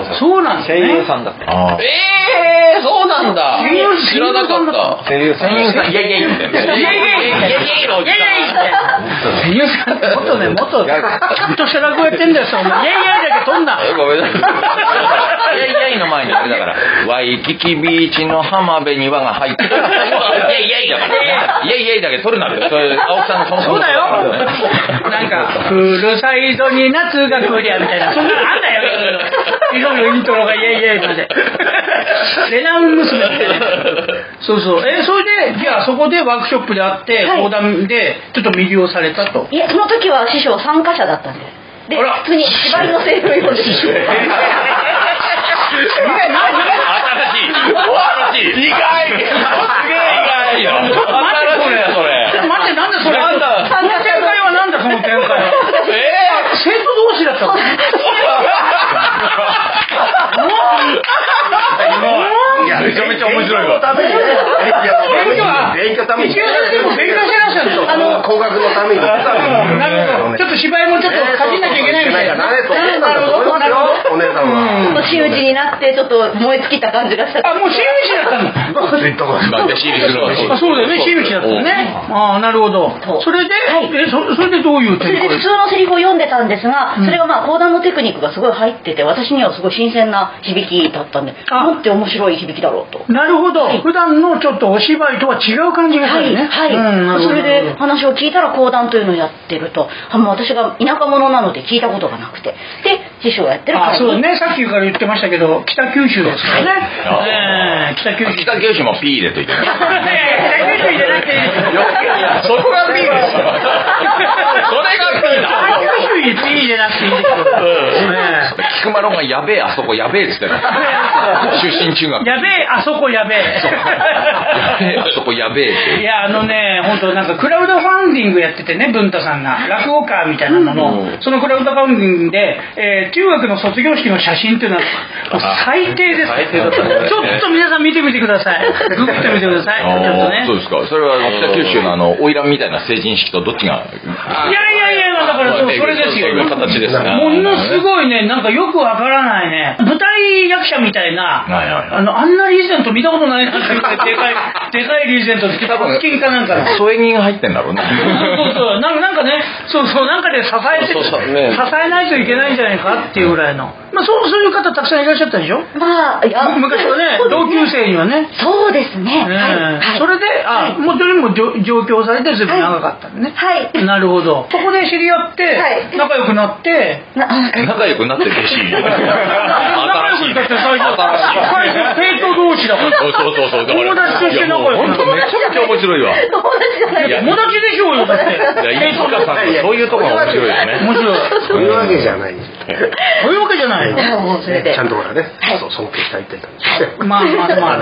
[SPEAKER 8] の
[SPEAKER 2] そうなんです
[SPEAKER 7] 声優
[SPEAKER 2] ね。
[SPEAKER 7] さんだった
[SPEAKER 8] ええそうなんだ知らなかった
[SPEAKER 7] 声優さんが
[SPEAKER 6] いやいやいやみたいな
[SPEAKER 2] イエイイエイイエイイエイイエイって。声優さん、もっとね、もっと、ちゃんとした落語やってんだよ、その。イエイイエイだけ飛んだ。
[SPEAKER 6] ごめんなさい。いやいやいの前にあれだから、ワイキキビーチの浜辺に輪が入ってる。いやいやいやだからね。いやいやいやだけど取るなって。それ青木さんのそもそ
[SPEAKER 2] そ
[SPEAKER 6] も
[SPEAKER 2] うだよ。なんか、ふるさいぞに夏が来りゃみたいな。そんなのあんだよ。いろいろイントロがイエイイエイまで。レナウン娘みたいな。そうそう。え、それで、じゃあそこでワークショップであって、
[SPEAKER 4] はい
[SPEAKER 2] 講談で、ちょっと魅了された と。
[SPEAKER 4] いやその時は師匠参加者だったんですで
[SPEAKER 2] あら
[SPEAKER 4] 普通に芝居のセリフを読んで師匠
[SPEAKER 8] 新しい新しい意外すげえ意外よ新しいねそ
[SPEAKER 2] ちょっ
[SPEAKER 8] れ
[SPEAKER 2] と待って、なんだそれ。
[SPEAKER 8] なんだ
[SPEAKER 2] その展開はなんだその展開
[SPEAKER 8] え
[SPEAKER 2] は。生徒同士だったの。うわうわ
[SPEAKER 6] いや、めちゃめちゃ面白いわ。
[SPEAKER 5] ために
[SPEAKER 2] 勉強は
[SPEAKER 5] 勉強ために
[SPEAKER 2] 一応でも勉強してらっしゃるんですよ
[SPEAKER 5] あの工学のために
[SPEAKER 2] なるほど。ちょっと芝居もちょっとかじんなきゃいけないみたいな。
[SPEAKER 5] なるほど。
[SPEAKER 2] なるほど。
[SPEAKER 5] お姉さんは。
[SPEAKER 4] 年打ちになってちょっと燃え尽きた感じがした
[SPEAKER 2] あ、もう真打ちだったんだ。
[SPEAKER 5] まあ、ツイッター
[SPEAKER 3] まあ弟子入りするのは
[SPEAKER 2] あそうだよね、真打ちだったよね。ああ、なるほど
[SPEAKER 4] そ。う
[SPEAKER 2] それで、
[SPEAKER 4] はい
[SPEAKER 2] え、そそれでどういう
[SPEAKER 4] それで普通のセリフを読んでたんですが、それがまあ講談のテクニックがすごい入ってて私にはすごい新鮮な響きだったんで
[SPEAKER 2] あ
[SPEAKER 4] なんて面白い響きだろうと。
[SPEAKER 2] なるほど、
[SPEAKER 4] はい
[SPEAKER 2] 普段のちょっとお芝居とは違う感じがす
[SPEAKER 4] はい、
[SPEAKER 2] るね。
[SPEAKER 4] はい、
[SPEAKER 2] うんなるほど
[SPEAKER 4] それ
[SPEAKER 2] な
[SPEAKER 4] で
[SPEAKER 2] るほど
[SPEAKER 4] 話を聞いたら講談というのをやってるとあもう私が田舎者なので聞いたことがなくてで師匠がやってる
[SPEAKER 2] あ、
[SPEAKER 4] 会
[SPEAKER 2] そう
[SPEAKER 4] に
[SPEAKER 2] ね、さっきから言ってましたけど、北九州ですからね。ええ北九州。
[SPEAKER 3] 北九州も P 入れといてね。
[SPEAKER 2] 北九州入れなくていいですよ。
[SPEAKER 3] そこが P ですよ。それが P だ。
[SPEAKER 2] 北九州入れなくていいですよ。ね
[SPEAKER 3] 菊丸がやべえ、あそこやべえっつってた。出身中学。
[SPEAKER 2] やべえ、あそこやべ
[SPEAKER 3] やべえ、
[SPEAKER 2] え。
[SPEAKER 3] あそこやべえって
[SPEAKER 2] い。やあのね本当なんかクラウドファンディングやっててね文太さんが落語家みたいなのの、そのクラウドファンディングで、えー中学の卒業式の写真っていうのはもう最低です
[SPEAKER 8] 最低だったね
[SPEAKER 2] ちょっと皆さん見てみてくださいググってみてくださいちょっとね
[SPEAKER 3] そうですか。それは北九州のあの花魁みたいな成人式とどっちが。
[SPEAKER 2] いやいやいやだからそうそれですよ
[SPEAKER 3] そういう形ですね。
[SPEAKER 2] ものすごいねなんかよくわからないね舞台役者みたいな、
[SPEAKER 3] はい
[SPEAKER 2] あ
[SPEAKER 3] はいはい
[SPEAKER 2] のあんなリーゼント見たことないなっていうでかいでかいリーゼントって多分金かなんかの
[SPEAKER 3] 添え木が入ってんだろ うね。
[SPEAKER 2] そうそうなんかなんかねそうそうなんかで支えて
[SPEAKER 8] そうそうそうね
[SPEAKER 2] 支えないといけないんじゃないかっていうぐらいの、まあ、そうそういう方たくさんいらっしゃったでしょ
[SPEAKER 4] まあいや
[SPEAKER 2] む昔はね
[SPEAKER 4] そうです
[SPEAKER 2] 同級生にはね、
[SPEAKER 4] そうですね、
[SPEAKER 2] うん
[SPEAKER 4] はい、はい、
[SPEAKER 2] それであ、
[SPEAKER 4] はい
[SPEAKER 2] もうそれも上上京されてずいぶん長かったんでね、
[SPEAKER 4] はい
[SPEAKER 2] なるほどそこで知り合って、
[SPEAKER 4] はい
[SPEAKER 2] 仲良くなって
[SPEAKER 4] な
[SPEAKER 3] 仲良くなって弟子入り。
[SPEAKER 2] 仲良
[SPEAKER 3] 新し
[SPEAKER 2] く
[SPEAKER 3] い。
[SPEAKER 2] なって最初最初生徒同士だから
[SPEAKER 3] そうそうそうそう。だから
[SPEAKER 2] 友達として仲良くなって
[SPEAKER 3] いやもう本当めちゃめちゃ面白いわ。
[SPEAKER 4] 友達じゃない
[SPEAKER 3] いや
[SPEAKER 2] 友達でしょうよだって
[SPEAKER 3] いや、飯塚さんのそういうところが面白いよね。
[SPEAKER 2] 面白い
[SPEAKER 5] そういうわけじゃないんですよ。
[SPEAKER 2] そういうわけじゃないよ
[SPEAKER 4] いやもうそれで
[SPEAKER 5] ちゃんとほらね
[SPEAKER 4] はい、
[SPEAKER 5] そう尊敬したいって言ったんですよね。
[SPEAKER 2] まあまあ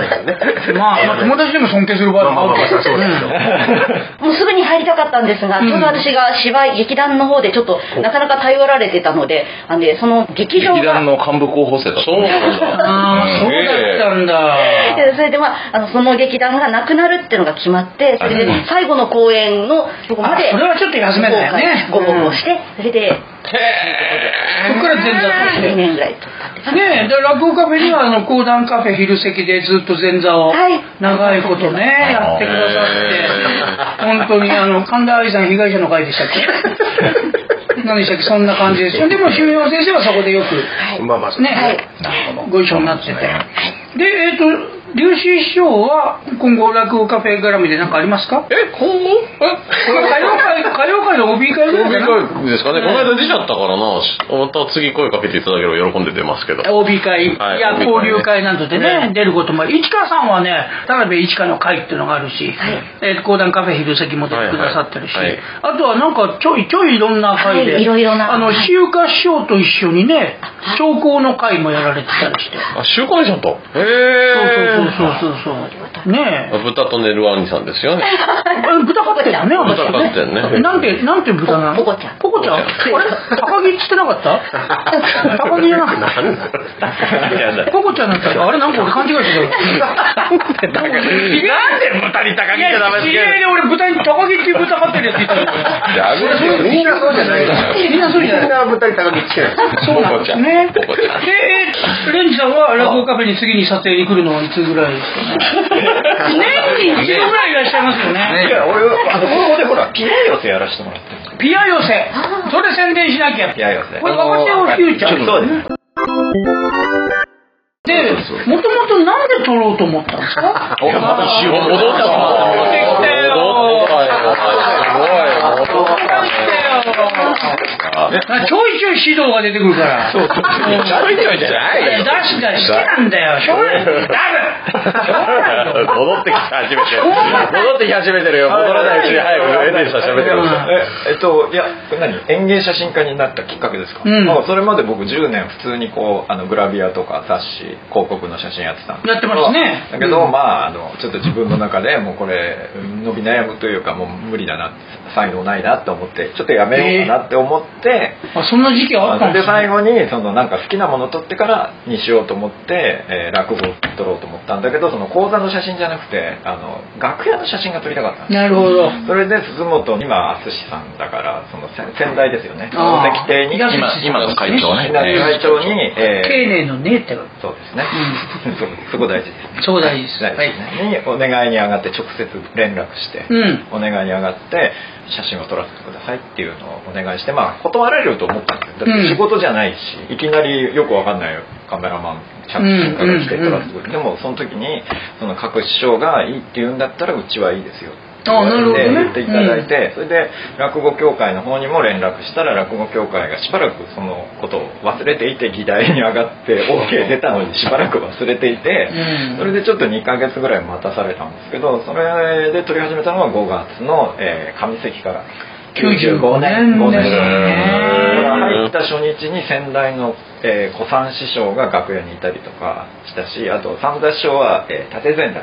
[SPEAKER 2] まあ、
[SPEAKER 5] まあ
[SPEAKER 2] まあ、まあ友
[SPEAKER 5] ね
[SPEAKER 2] 達でも尊敬する場合
[SPEAKER 5] まあ
[SPEAKER 2] もあるから
[SPEAKER 5] まあまあそうですよ
[SPEAKER 4] もうすぐに入りたかったんですが、
[SPEAKER 2] うん
[SPEAKER 4] ちょうど私が芝居劇団の方でちょっとなかなか頼られてたのであんでその劇場
[SPEAKER 3] 劇
[SPEAKER 4] が
[SPEAKER 3] 団の幹部候補生だそう
[SPEAKER 2] ああ、そうだったん
[SPEAKER 4] い
[SPEAKER 2] だ。
[SPEAKER 4] やそれでまああのその劇団がなくなるっていうのが決まってそれで最後の公演のとこまで
[SPEAKER 2] あそれはちょっと休めたよね
[SPEAKER 4] ご応募してそれで
[SPEAKER 2] そっから前座とし
[SPEAKER 4] 2
[SPEAKER 2] て。
[SPEAKER 4] 年ぐらい経ったって感じ
[SPEAKER 2] ねえ、で落語カフェにはあの講談カフェ昼席でずっと前座を
[SPEAKER 4] はい
[SPEAKER 2] 長いことね、やってくださって本当にあの神田愛さん被害者の会でしたっけ 何でしたっけそんな感じですよでも修養先生はそこでよく
[SPEAKER 5] まあまあそう、
[SPEAKER 2] ね、ご一緒になってて。で、えっ、と、龍神師匠は今後落語カフェ絡みで何かありますか？
[SPEAKER 8] え、今後
[SPEAKER 2] これ歌謡会歌謡会の OB 会ぐらいかな。
[SPEAKER 8] 会ですかね、この間出ちゃったからな、また次声かけていただければ喜んで出ますけど。
[SPEAKER 2] OB 会、
[SPEAKER 8] はい
[SPEAKER 2] いや
[SPEAKER 8] OB 会ね
[SPEAKER 2] 交流会などでね
[SPEAKER 8] ね
[SPEAKER 2] 出ることもある市川さんはね田辺市川の会っていうのがあるし、えー講談カフェ昼席も出てくださってるし、
[SPEAKER 8] はいはい
[SPEAKER 2] あとはなんかちょいちょいいろんな会で、
[SPEAKER 4] はいいろいろな
[SPEAKER 2] あの
[SPEAKER 4] はい
[SPEAKER 2] 日岡師匠と一緒にね長考の会もやられてたりして、
[SPEAKER 8] あ、集会じゃんと。へ
[SPEAKER 2] そう
[SPEAKER 8] え。
[SPEAKER 2] そうそうそうそうねえ
[SPEAKER 8] 豚と寝る兄さんですよね。
[SPEAKER 2] え豚飼ってんだね、私
[SPEAKER 8] 豚飼ってんね
[SPEAKER 2] なんて、なんて豚なの
[SPEAKER 4] ポポコちゃん
[SPEAKER 2] ポコちゃんあれ高木っつってなかった高木じゃなかったポコちゃんなんて、あれなんか俺勘違いしてたよ。なんで
[SPEAKER 8] 豚に高
[SPEAKER 2] いや、知り合いで俺豚に高木っていう豚飼ってるやついたの。
[SPEAKER 5] みんなそうじゃないです
[SPEAKER 2] みんなそうじゃない
[SPEAKER 5] みんな豚に高木つけないです
[SPEAKER 2] そうなんですね。で、えレンジさんは落語カフェに次に撮影に来るのはいつぐらいですかね。年に一度ぐらいいらっしゃいますよね。
[SPEAKER 6] ね
[SPEAKER 5] 俺は、あの、このでほら、
[SPEAKER 6] ピラ寄せやらせてもらって
[SPEAKER 2] ピア寄せ。それ宣伝しなきゃ。
[SPEAKER 6] ピラ寄せ
[SPEAKER 2] これ若手をフューチャー。
[SPEAKER 6] そうです
[SPEAKER 2] で、もともとなんで取ろうと思ったんですか。
[SPEAKER 3] おまた仕事戻ったわ
[SPEAKER 2] 戻ってきたよ
[SPEAKER 3] 戻ったよすごい戻ったね
[SPEAKER 2] ちょいちょい指導が出てくるから。そうそう。
[SPEAKER 3] ちょいちょいじゃない
[SPEAKER 2] 出しが好きなんだよ。しょうがない。ダブ。
[SPEAKER 3] 戻ってき始めてる戻ってき始めてるよ戻らないうちに早くエディさん喋ってください
[SPEAKER 7] ええっといや何園芸写真家になったきっかけですか、
[SPEAKER 2] うん
[SPEAKER 7] あそれまで僕10年普通にこうあのグラビアとか雑誌広告の写真やってたんですけど
[SPEAKER 2] やってますね
[SPEAKER 7] だけど、
[SPEAKER 2] うん
[SPEAKER 7] まああの ちょっと自分の中でもうこれ伸び悩むというかもう無理だな才能ないなと思ってちょっとやめめようかなって思って、
[SPEAKER 2] あそんな時期あったんで
[SPEAKER 7] です
[SPEAKER 2] ね
[SPEAKER 7] 最後にそのなんか好きなもの取ってからにしようと思って、えー落語を撮ろうと思ったんだけどその講座の写真じゃなくてあの楽屋の写真が撮りたかったんです
[SPEAKER 2] なるほど
[SPEAKER 7] それで鈴本今敦さんだからその先先代ですよね
[SPEAKER 2] あー
[SPEAKER 7] 大関邸に
[SPEAKER 2] 今
[SPEAKER 3] 今今の会長ね
[SPEAKER 7] 今の会長に、えー
[SPEAKER 2] 丁寧のねってこと
[SPEAKER 7] そうですね、そそこ大事ですね
[SPEAKER 2] そう大事です
[SPEAKER 7] 大事ですね、にお願いに上がって直接連絡して、
[SPEAKER 2] うん
[SPEAKER 7] お願いに上がって写真を撮らせてくださいっていうのをお願いしてまあ断られると思ったんですよだって仕事じゃないし、いきなりよくわかんないカメラマン着信から来て撮らせてくれ、でもその時にその各師匠がいいって言うんだったらうちはいいですよって言
[SPEAKER 2] あ
[SPEAKER 7] われて
[SPEAKER 2] なる
[SPEAKER 7] 言
[SPEAKER 2] ほどね
[SPEAKER 7] っていただいて、それで落語協会の方にも連絡したら落語協会がしばらくそのことを忘れていて議題に上がって OK 出たのにしばらく忘れていて、
[SPEAKER 2] うん
[SPEAKER 7] それでちょっと2ヶ月ぐらい待たされたんですけどそれで撮り始めたのが5月の、えー上関から
[SPEAKER 2] 95年
[SPEAKER 7] 95
[SPEAKER 2] ですね
[SPEAKER 7] 入った初日に先代の、えー、小三師匠が楽屋にいたりとかしたしあと三座師匠は、えー、立前座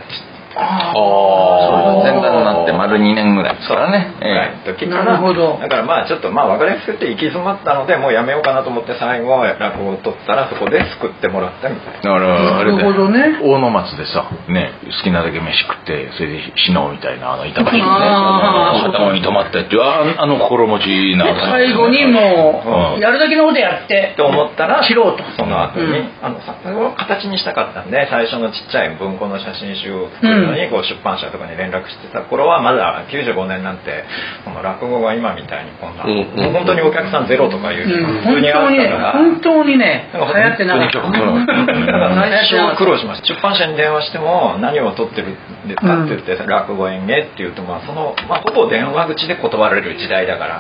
[SPEAKER 2] あ
[SPEAKER 3] あ
[SPEAKER 2] ー
[SPEAKER 3] 前座になって丸2年ぐらいですからね。
[SPEAKER 7] ぐらい
[SPEAKER 3] え
[SPEAKER 7] の時か
[SPEAKER 2] な
[SPEAKER 7] ら
[SPEAKER 2] るほど
[SPEAKER 7] だからまあちょっとまあ分かりやすくて行き詰まったのでもうやめようかなと思って最後落語を取ったらそこで救ってもらったみたい
[SPEAKER 3] えだからあれだ
[SPEAKER 2] なるほど
[SPEAKER 3] よ、
[SPEAKER 2] ね
[SPEAKER 3] 大野松でさ、ね、好きなだけ飯食ってそれで死のうみたいなあの板橋のね
[SPEAKER 2] あー
[SPEAKER 3] 頭に止まってっていうああの心持ち
[SPEAKER 2] で
[SPEAKER 3] な
[SPEAKER 2] 最後にも
[SPEAKER 3] う
[SPEAKER 2] うんやるだけのことやって
[SPEAKER 7] なと思ったら
[SPEAKER 2] 切ろうと
[SPEAKER 7] その後
[SPEAKER 2] う
[SPEAKER 7] に、
[SPEAKER 2] ん
[SPEAKER 7] あのさそれを形にしたかったんで最初のちっちゃい文庫の写真集を作るのに、こう出版社とかに連絡してた頃はまだ95年なんてその落語が今みたいにこんな、
[SPEAKER 9] うんうん
[SPEAKER 7] もう本当にお客さんゼロとかいううの
[SPEAKER 2] ん
[SPEAKER 7] が普
[SPEAKER 2] 本
[SPEAKER 7] 通にあ
[SPEAKER 2] 当
[SPEAKER 7] っ
[SPEAKER 2] に
[SPEAKER 7] た
[SPEAKER 2] ね
[SPEAKER 7] から。
[SPEAKER 2] 本当にね流
[SPEAKER 7] なん
[SPEAKER 2] 行
[SPEAKER 7] か
[SPEAKER 2] ってなかった
[SPEAKER 7] だから最初は苦労しました出版社に電話しても何を撮ってるんですかって言って、落語演芸っていうとまあその、まあ、ほぼ電話口で断られる時代だから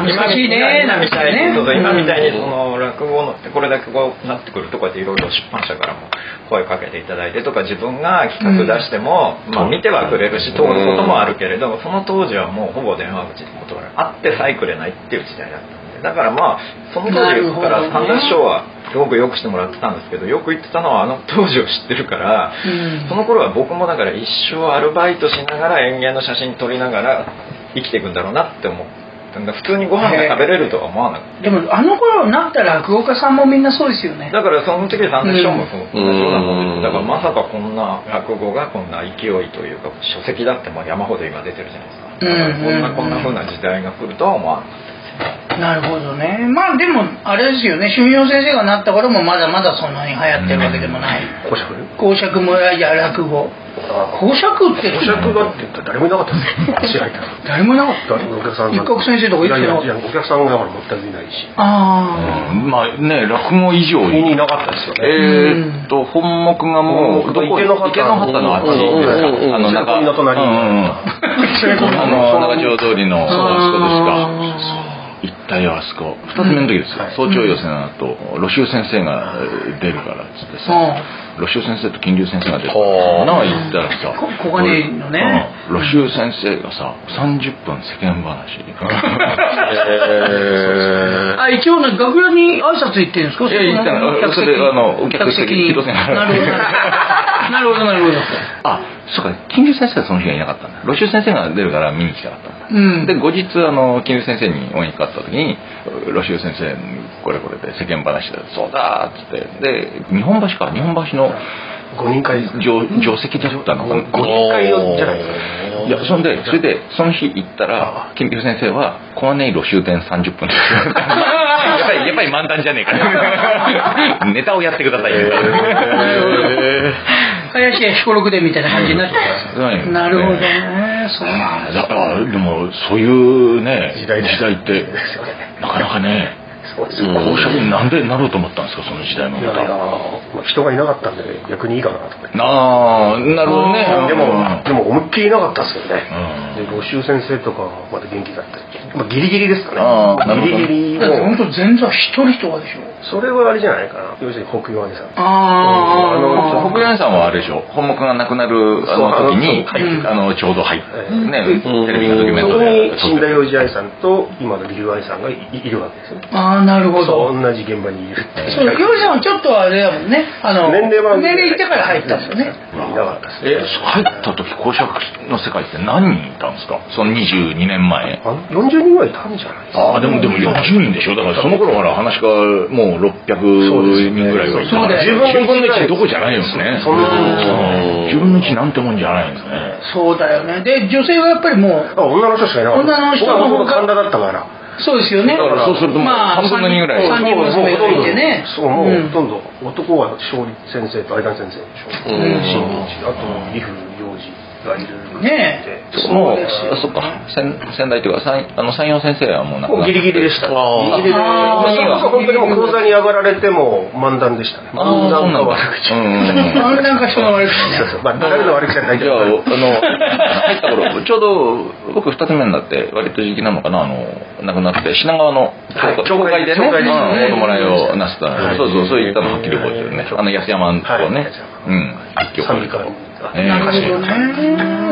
[SPEAKER 2] ああ難しいね
[SPEAKER 7] 今みたいにそうそう今みたいにそ
[SPEAKER 2] うん
[SPEAKER 7] の落語のってこれだけこうなってくるとこうやっていろいろ出版社からも声かけていただいてとか自分が企画出しても、まあ、見てはくれるし通ることもあるけれどその当時はもうほぼ電話口で断られ会ってさえくれないっていう時代だったんでだからまあその当時から
[SPEAKER 2] なるほどね
[SPEAKER 7] 三田師匠はすごくよくしてもらってたんですけどよく言ってたのはあの当時を知ってるから、
[SPEAKER 2] うん
[SPEAKER 7] その頃は僕もだから一生アルバイトしながら園芸の写真撮りながら生きていくんだろうなって思ったんだ普通にご飯が食べれるとは思わなかっ
[SPEAKER 2] でもあの頃になったら落語家さんもみんなそうですよね
[SPEAKER 7] ただからその時三田師匠もそう同
[SPEAKER 9] うん
[SPEAKER 7] じようなも
[SPEAKER 9] うん
[SPEAKER 7] んですだからまさかこんな落語がこんな勢いというか書籍だってもう山ほど今出てるじゃないですかだからこんな
[SPEAKER 2] うん
[SPEAKER 7] こんな風な時代が来るとは思わなかった
[SPEAKER 2] なるほどねまあでもあれですよね春陽先生がなった頃もまだまだそんなに流行ってるわけでもない
[SPEAKER 5] 公爵
[SPEAKER 2] 講釈もやいや落語
[SPEAKER 5] あ
[SPEAKER 2] 講釈って
[SPEAKER 5] 公爵がって言ったら誰もいなかったですよ知らない
[SPEAKER 2] 誰もいなかった
[SPEAKER 5] 誰もお客さんが
[SPEAKER 2] 一国先生とか
[SPEAKER 5] い
[SPEAKER 2] 言って
[SPEAKER 5] やい
[SPEAKER 2] なかっ
[SPEAKER 5] や
[SPEAKER 2] た
[SPEAKER 5] いやお客さんがだから全くいないし
[SPEAKER 2] ああ
[SPEAKER 3] まあね落語以上
[SPEAKER 5] い
[SPEAKER 3] に
[SPEAKER 5] なかったですよ
[SPEAKER 3] えーっ
[SPEAKER 5] ね
[SPEAKER 3] と本目がもう
[SPEAKER 5] 本目と池の
[SPEAKER 3] 池の畑のあっちですか、
[SPEAKER 5] うんうんうんうん
[SPEAKER 3] あの中
[SPEAKER 5] 白鳥の隣
[SPEAKER 3] うんうんうんあの長丁通りの
[SPEAKER 2] そう
[SPEAKER 3] あそこですか
[SPEAKER 2] あー
[SPEAKER 3] 一体あそこ二つ目の時ですよ、
[SPEAKER 5] はい
[SPEAKER 3] 早朝寄せの後露州先生がえー出るからっつってさ露州先生と金龍先生が出るからなあ言ったらさ
[SPEAKER 2] こここにいるのね
[SPEAKER 3] うん露州先生がさ30分世間話
[SPEAKER 2] あ一応ね楽屋に挨拶行ってるんですか
[SPEAKER 3] いや行ったの
[SPEAKER 2] 客席
[SPEAKER 3] それあの客席に
[SPEAKER 2] 客席なるほどなるほどなるほどなる
[SPEAKER 3] あそうか金龍先生はその日はいなかったんだ露州先生が出るから見に来たかったん
[SPEAKER 2] ほ
[SPEAKER 3] だ
[SPEAKER 2] どうん
[SPEAKER 3] で後日あの金龍先生にお会いにかかった時に「露州先生これこれで世間話だそうだ」っつってで日本橋か日本橋の
[SPEAKER 5] 五人会ですね
[SPEAKER 3] 定定石だったのかな
[SPEAKER 5] 五人会をじゃないです
[SPEAKER 3] いやそんでそれでその日行ったら金龍先生は「小金井露州店30分です」やっぱりやっぱり満タンじゃねえかネタをやってくださいみたいな
[SPEAKER 2] 林家彦六でみたいな感じになって
[SPEAKER 3] うんはい
[SPEAKER 2] なるほどねそうなん
[SPEAKER 3] まあだからでもそういうね
[SPEAKER 5] 時代です
[SPEAKER 3] ってなかなかね
[SPEAKER 5] そうですよい
[SPEAKER 3] 公爵になんでなろうと思ったんですかその時代の
[SPEAKER 5] やいやまあ人がいなかったんで逆にいいかなとか
[SPEAKER 3] ああなるほどね
[SPEAKER 5] で
[SPEAKER 3] うん
[SPEAKER 5] もでも思いっきりいなかったですよね
[SPEAKER 3] う
[SPEAKER 5] で
[SPEAKER 3] ん
[SPEAKER 5] 募集先生とかはまだ元気だったりまあギリギリですかね
[SPEAKER 3] あーなるほど
[SPEAKER 5] ギリギリ
[SPEAKER 2] だって本
[SPEAKER 5] も
[SPEAKER 2] 当前座一人とかでしょ
[SPEAKER 5] それはあれじゃないかな要するに北洋兄さん
[SPEAKER 2] あー
[SPEAKER 5] あの
[SPEAKER 3] そう北山さんはあれでしょ本目がなくなるあの時に
[SPEAKER 5] そう
[SPEAKER 3] うんあのちょうど入って
[SPEAKER 5] うん
[SPEAKER 3] ね
[SPEAKER 5] うん
[SPEAKER 3] テレビのドキュメン
[SPEAKER 5] そ
[SPEAKER 3] ト
[SPEAKER 5] こ
[SPEAKER 3] で
[SPEAKER 5] に死んだ洋治愛さんと今の竜愛さんがいいるわけですよね
[SPEAKER 2] ああなるほど。
[SPEAKER 5] そう同じ現場にいるって
[SPEAKER 2] そう、
[SPEAKER 5] いう
[SPEAKER 2] ヨウジさんはちょっとあれだもんね。あの、
[SPEAKER 5] 年齢は
[SPEAKER 2] 年齢いってから入ったんですよね。
[SPEAKER 5] いなかった
[SPEAKER 10] え
[SPEAKER 5] です
[SPEAKER 10] 入った時公爵の世界って何人いたんですかその22年前
[SPEAKER 5] あ40人ぐらいいたんじゃないですか
[SPEAKER 10] ああでもでも40人でしょだからその頃から話がもう600人ぐらいはいたから
[SPEAKER 5] そうですね
[SPEAKER 10] 10分の1どこじゃないんですね
[SPEAKER 5] そんな
[SPEAKER 10] うん10分の1なんてもんじゃないんですね
[SPEAKER 2] そうだよね。で、女性はやっぱりもう、
[SPEAKER 5] あ女の人しかいなかった
[SPEAKER 2] 女の人の方が
[SPEAKER 5] 僕は神田だったから
[SPEAKER 2] そうですよね。
[SPEAKER 10] だからそうするともう
[SPEAKER 2] まあ、
[SPEAKER 10] 3分の2ぐらい
[SPEAKER 2] 3人娘がいてね。
[SPEAKER 5] そうもうほ
[SPEAKER 2] ん
[SPEAKER 5] とんど男は勝利先生と相田先生でしょ
[SPEAKER 2] う
[SPEAKER 5] 新
[SPEAKER 2] ん
[SPEAKER 5] 日あと岐阜幼児がいる
[SPEAKER 2] ねえ
[SPEAKER 10] もう
[SPEAKER 3] あそっか先先代というか三あの山陽先生はもうなく
[SPEAKER 5] もう
[SPEAKER 3] なっ
[SPEAKER 5] ギリギリでしたギリギリで
[SPEAKER 2] あー
[SPEAKER 5] それこそ本当にもう講座に上がられても漫談でしたね
[SPEAKER 3] あーそ
[SPEAKER 5] 漫
[SPEAKER 3] う
[SPEAKER 5] 談
[SPEAKER 3] なん
[SPEAKER 5] の
[SPEAKER 3] だ
[SPEAKER 5] 悪口
[SPEAKER 3] うんうんうん
[SPEAKER 2] あれなんか人の悪口
[SPEAKER 5] そう
[SPEAKER 2] ね。
[SPEAKER 5] そうまあ誰の悪口じゃないけ
[SPEAKER 3] じゃあ、
[SPEAKER 5] ど
[SPEAKER 3] あの、入った頃、ちょうど、僕二つ目になって、割と時期なのかな、あの、亡くなって、品川の
[SPEAKER 5] はい
[SPEAKER 3] 町会でね、
[SPEAKER 5] 町会ですね
[SPEAKER 3] うんお弔いをなすった、
[SPEAKER 5] はい
[SPEAKER 3] そうそう、そういったのはっきり覚えてるね。あの、安山のとこね、
[SPEAKER 5] はい
[SPEAKER 3] うん、一挙
[SPEAKER 5] 賛美歌
[SPEAKER 3] ええ
[SPEAKER 2] なるほどね。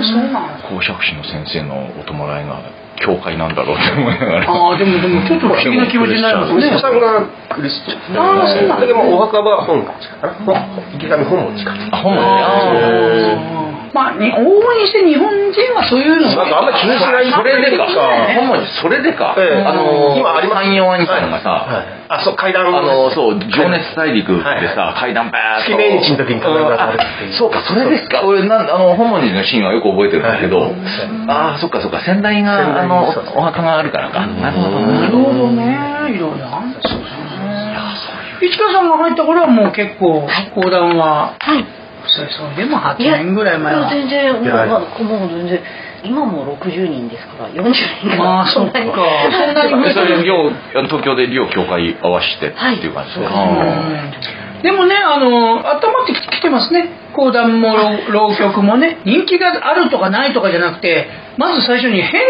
[SPEAKER 2] そうなんだ。
[SPEAKER 10] 公爵士の先生のお弔いが教会なんだろうって思いながら
[SPEAKER 2] ああ、でも、でも、ちょっと不思議な気持ちになり ます
[SPEAKER 5] 息
[SPEAKER 2] ね
[SPEAKER 5] 子。さんがクリスチャン
[SPEAKER 2] あーそうなんだ
[SPEAKER 5] でもお墓は本が近いかな本池上本も近い
[SPEAKER 3] あ、本
[SPEAKER 2] ああまあ、に往々にして日本人はそういうの
[SPEAKER 5] なんかあんまり気にしない
[SPEAKER 3] それでか、本
[SPEAKER 5] え
[SPEAKER 3] 文字それでか、
[SPEAKER 5] え
[SPEAKER 3] あの、
[SPEAKER 5] 今あります
[SPEAKER 3] 山陽兄さんがさ、
[SPEAKER 5] はいあそう階段
[SPEAKER 3] あのそう「情熱大陸」で
[SPEAKER 5] はい
[SPEAKER 3] さ、階段バーッと
[SPEAKER 5] 月命日の時に必ず上がるっていう
[SPEAKER 3] あそうかそれですか俺なんあの本文寺のシーンはよく覚えてるんだけど、
[SPEAKER 5] はい
[SPEAKER 3] ああそっかそっか先代が
[SPEAKER 5] 先代
[SPEAKER 3] あの
[SPEAKER 5] そうそう
[SPEAKER 3] お墓があるからかなるほど
[SPEAKER 2] な
[SPEAKER 3] な
[SPEAKER 2] るほどね。いろいろあんだそうですね。市川さんが入った頃はもう結構、講談は、
[SPEAKER 4] はい
[SPEAKER 2] それそうでも8年ぐらい前
[SPEAKER 4] もう
[SPEAKER 2] は。
[SPEAKER 4] 全然もう
[SPEAKER 5] いや
[SPEAKER 4] まだもう全然今もう60人ですから40人が
[SPEAKER 2] まあ、 そっか。そんなに増え
[SPEAKER 3] そ
[SPEAKER 2] て
[SPEAKER 3] れ
[SPEAKER 2] る。
[SPEAKER 3] 両東京で両教会合わせてっていう感じですか、
[SPEAKER 2] うんでもね、あの、頭ってきてますね。講談も浪曲もね、人気があるとかないとかじゃなくて、まず最初に偏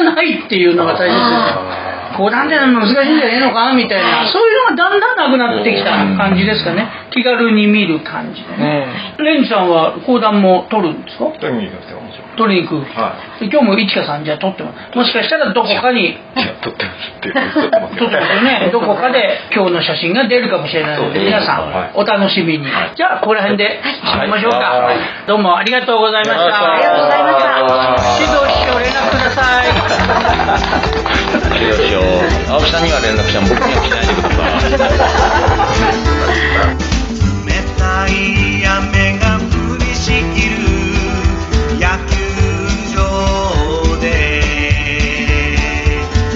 [SPEAKER 2] 見がないっていうのが大切です。講談ってのは難しいんじゃねえのかみたいな、そういうのがだんだんなくなってきた感じですかね。気軽に見る感じでね。レンジさんは講談も撮るんですか
[SPEAKER 7] とにかくて面白い
[SPEAKER 2] 撮りに行く。
[SPEAKER 7] は
[SPEAKER 2] 今日もいちかさんじゃあ撮ってます。もしかしたらどこかに
[SPEAKER 7] いや撮ってますって撮ってます
[SPEAKER 2] 撮
[SPEAKER 7] よ
[SPEAKER 2] ってますよね。 どこかで今日の写真が出るかもしれないので、皆さ
[SPEAKER 7] はい
[SPEAKER 2] んお楽しみに。じゃあ、ここら辺で締めましょうか。どうもありがとうございました。
[SPEAKER 4] ありがとうございました
[SPEAKER 2] 指導師匠連絡ください。
[SPEAKER 3] どうしよう青木さんには連絡した僕には来ないでください
[SPEAKER 11] 冷たい雨が降りしきる野球場で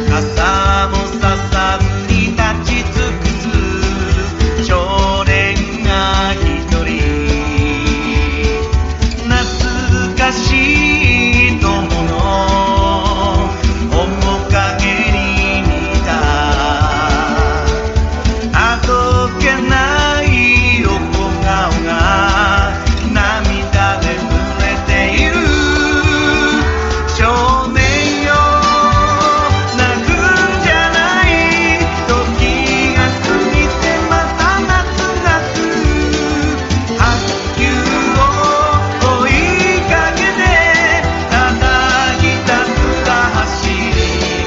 [SPEAKER 11] 傘もささずに立ち尽くす少年が一人懐かしい友の面影に似たあどけない横顔が涙で濡れている少年よ泣くんじゃない時が過ぎてまた夏が来る白球を追いかけて叩きひたすら走り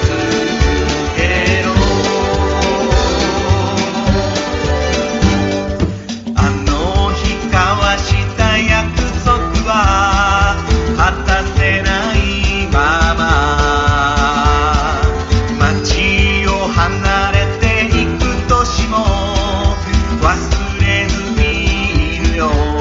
[SPEAKER 11] 続けろあの日交わした約束は果たせないまま街を離れていく年も忘れずにいるよ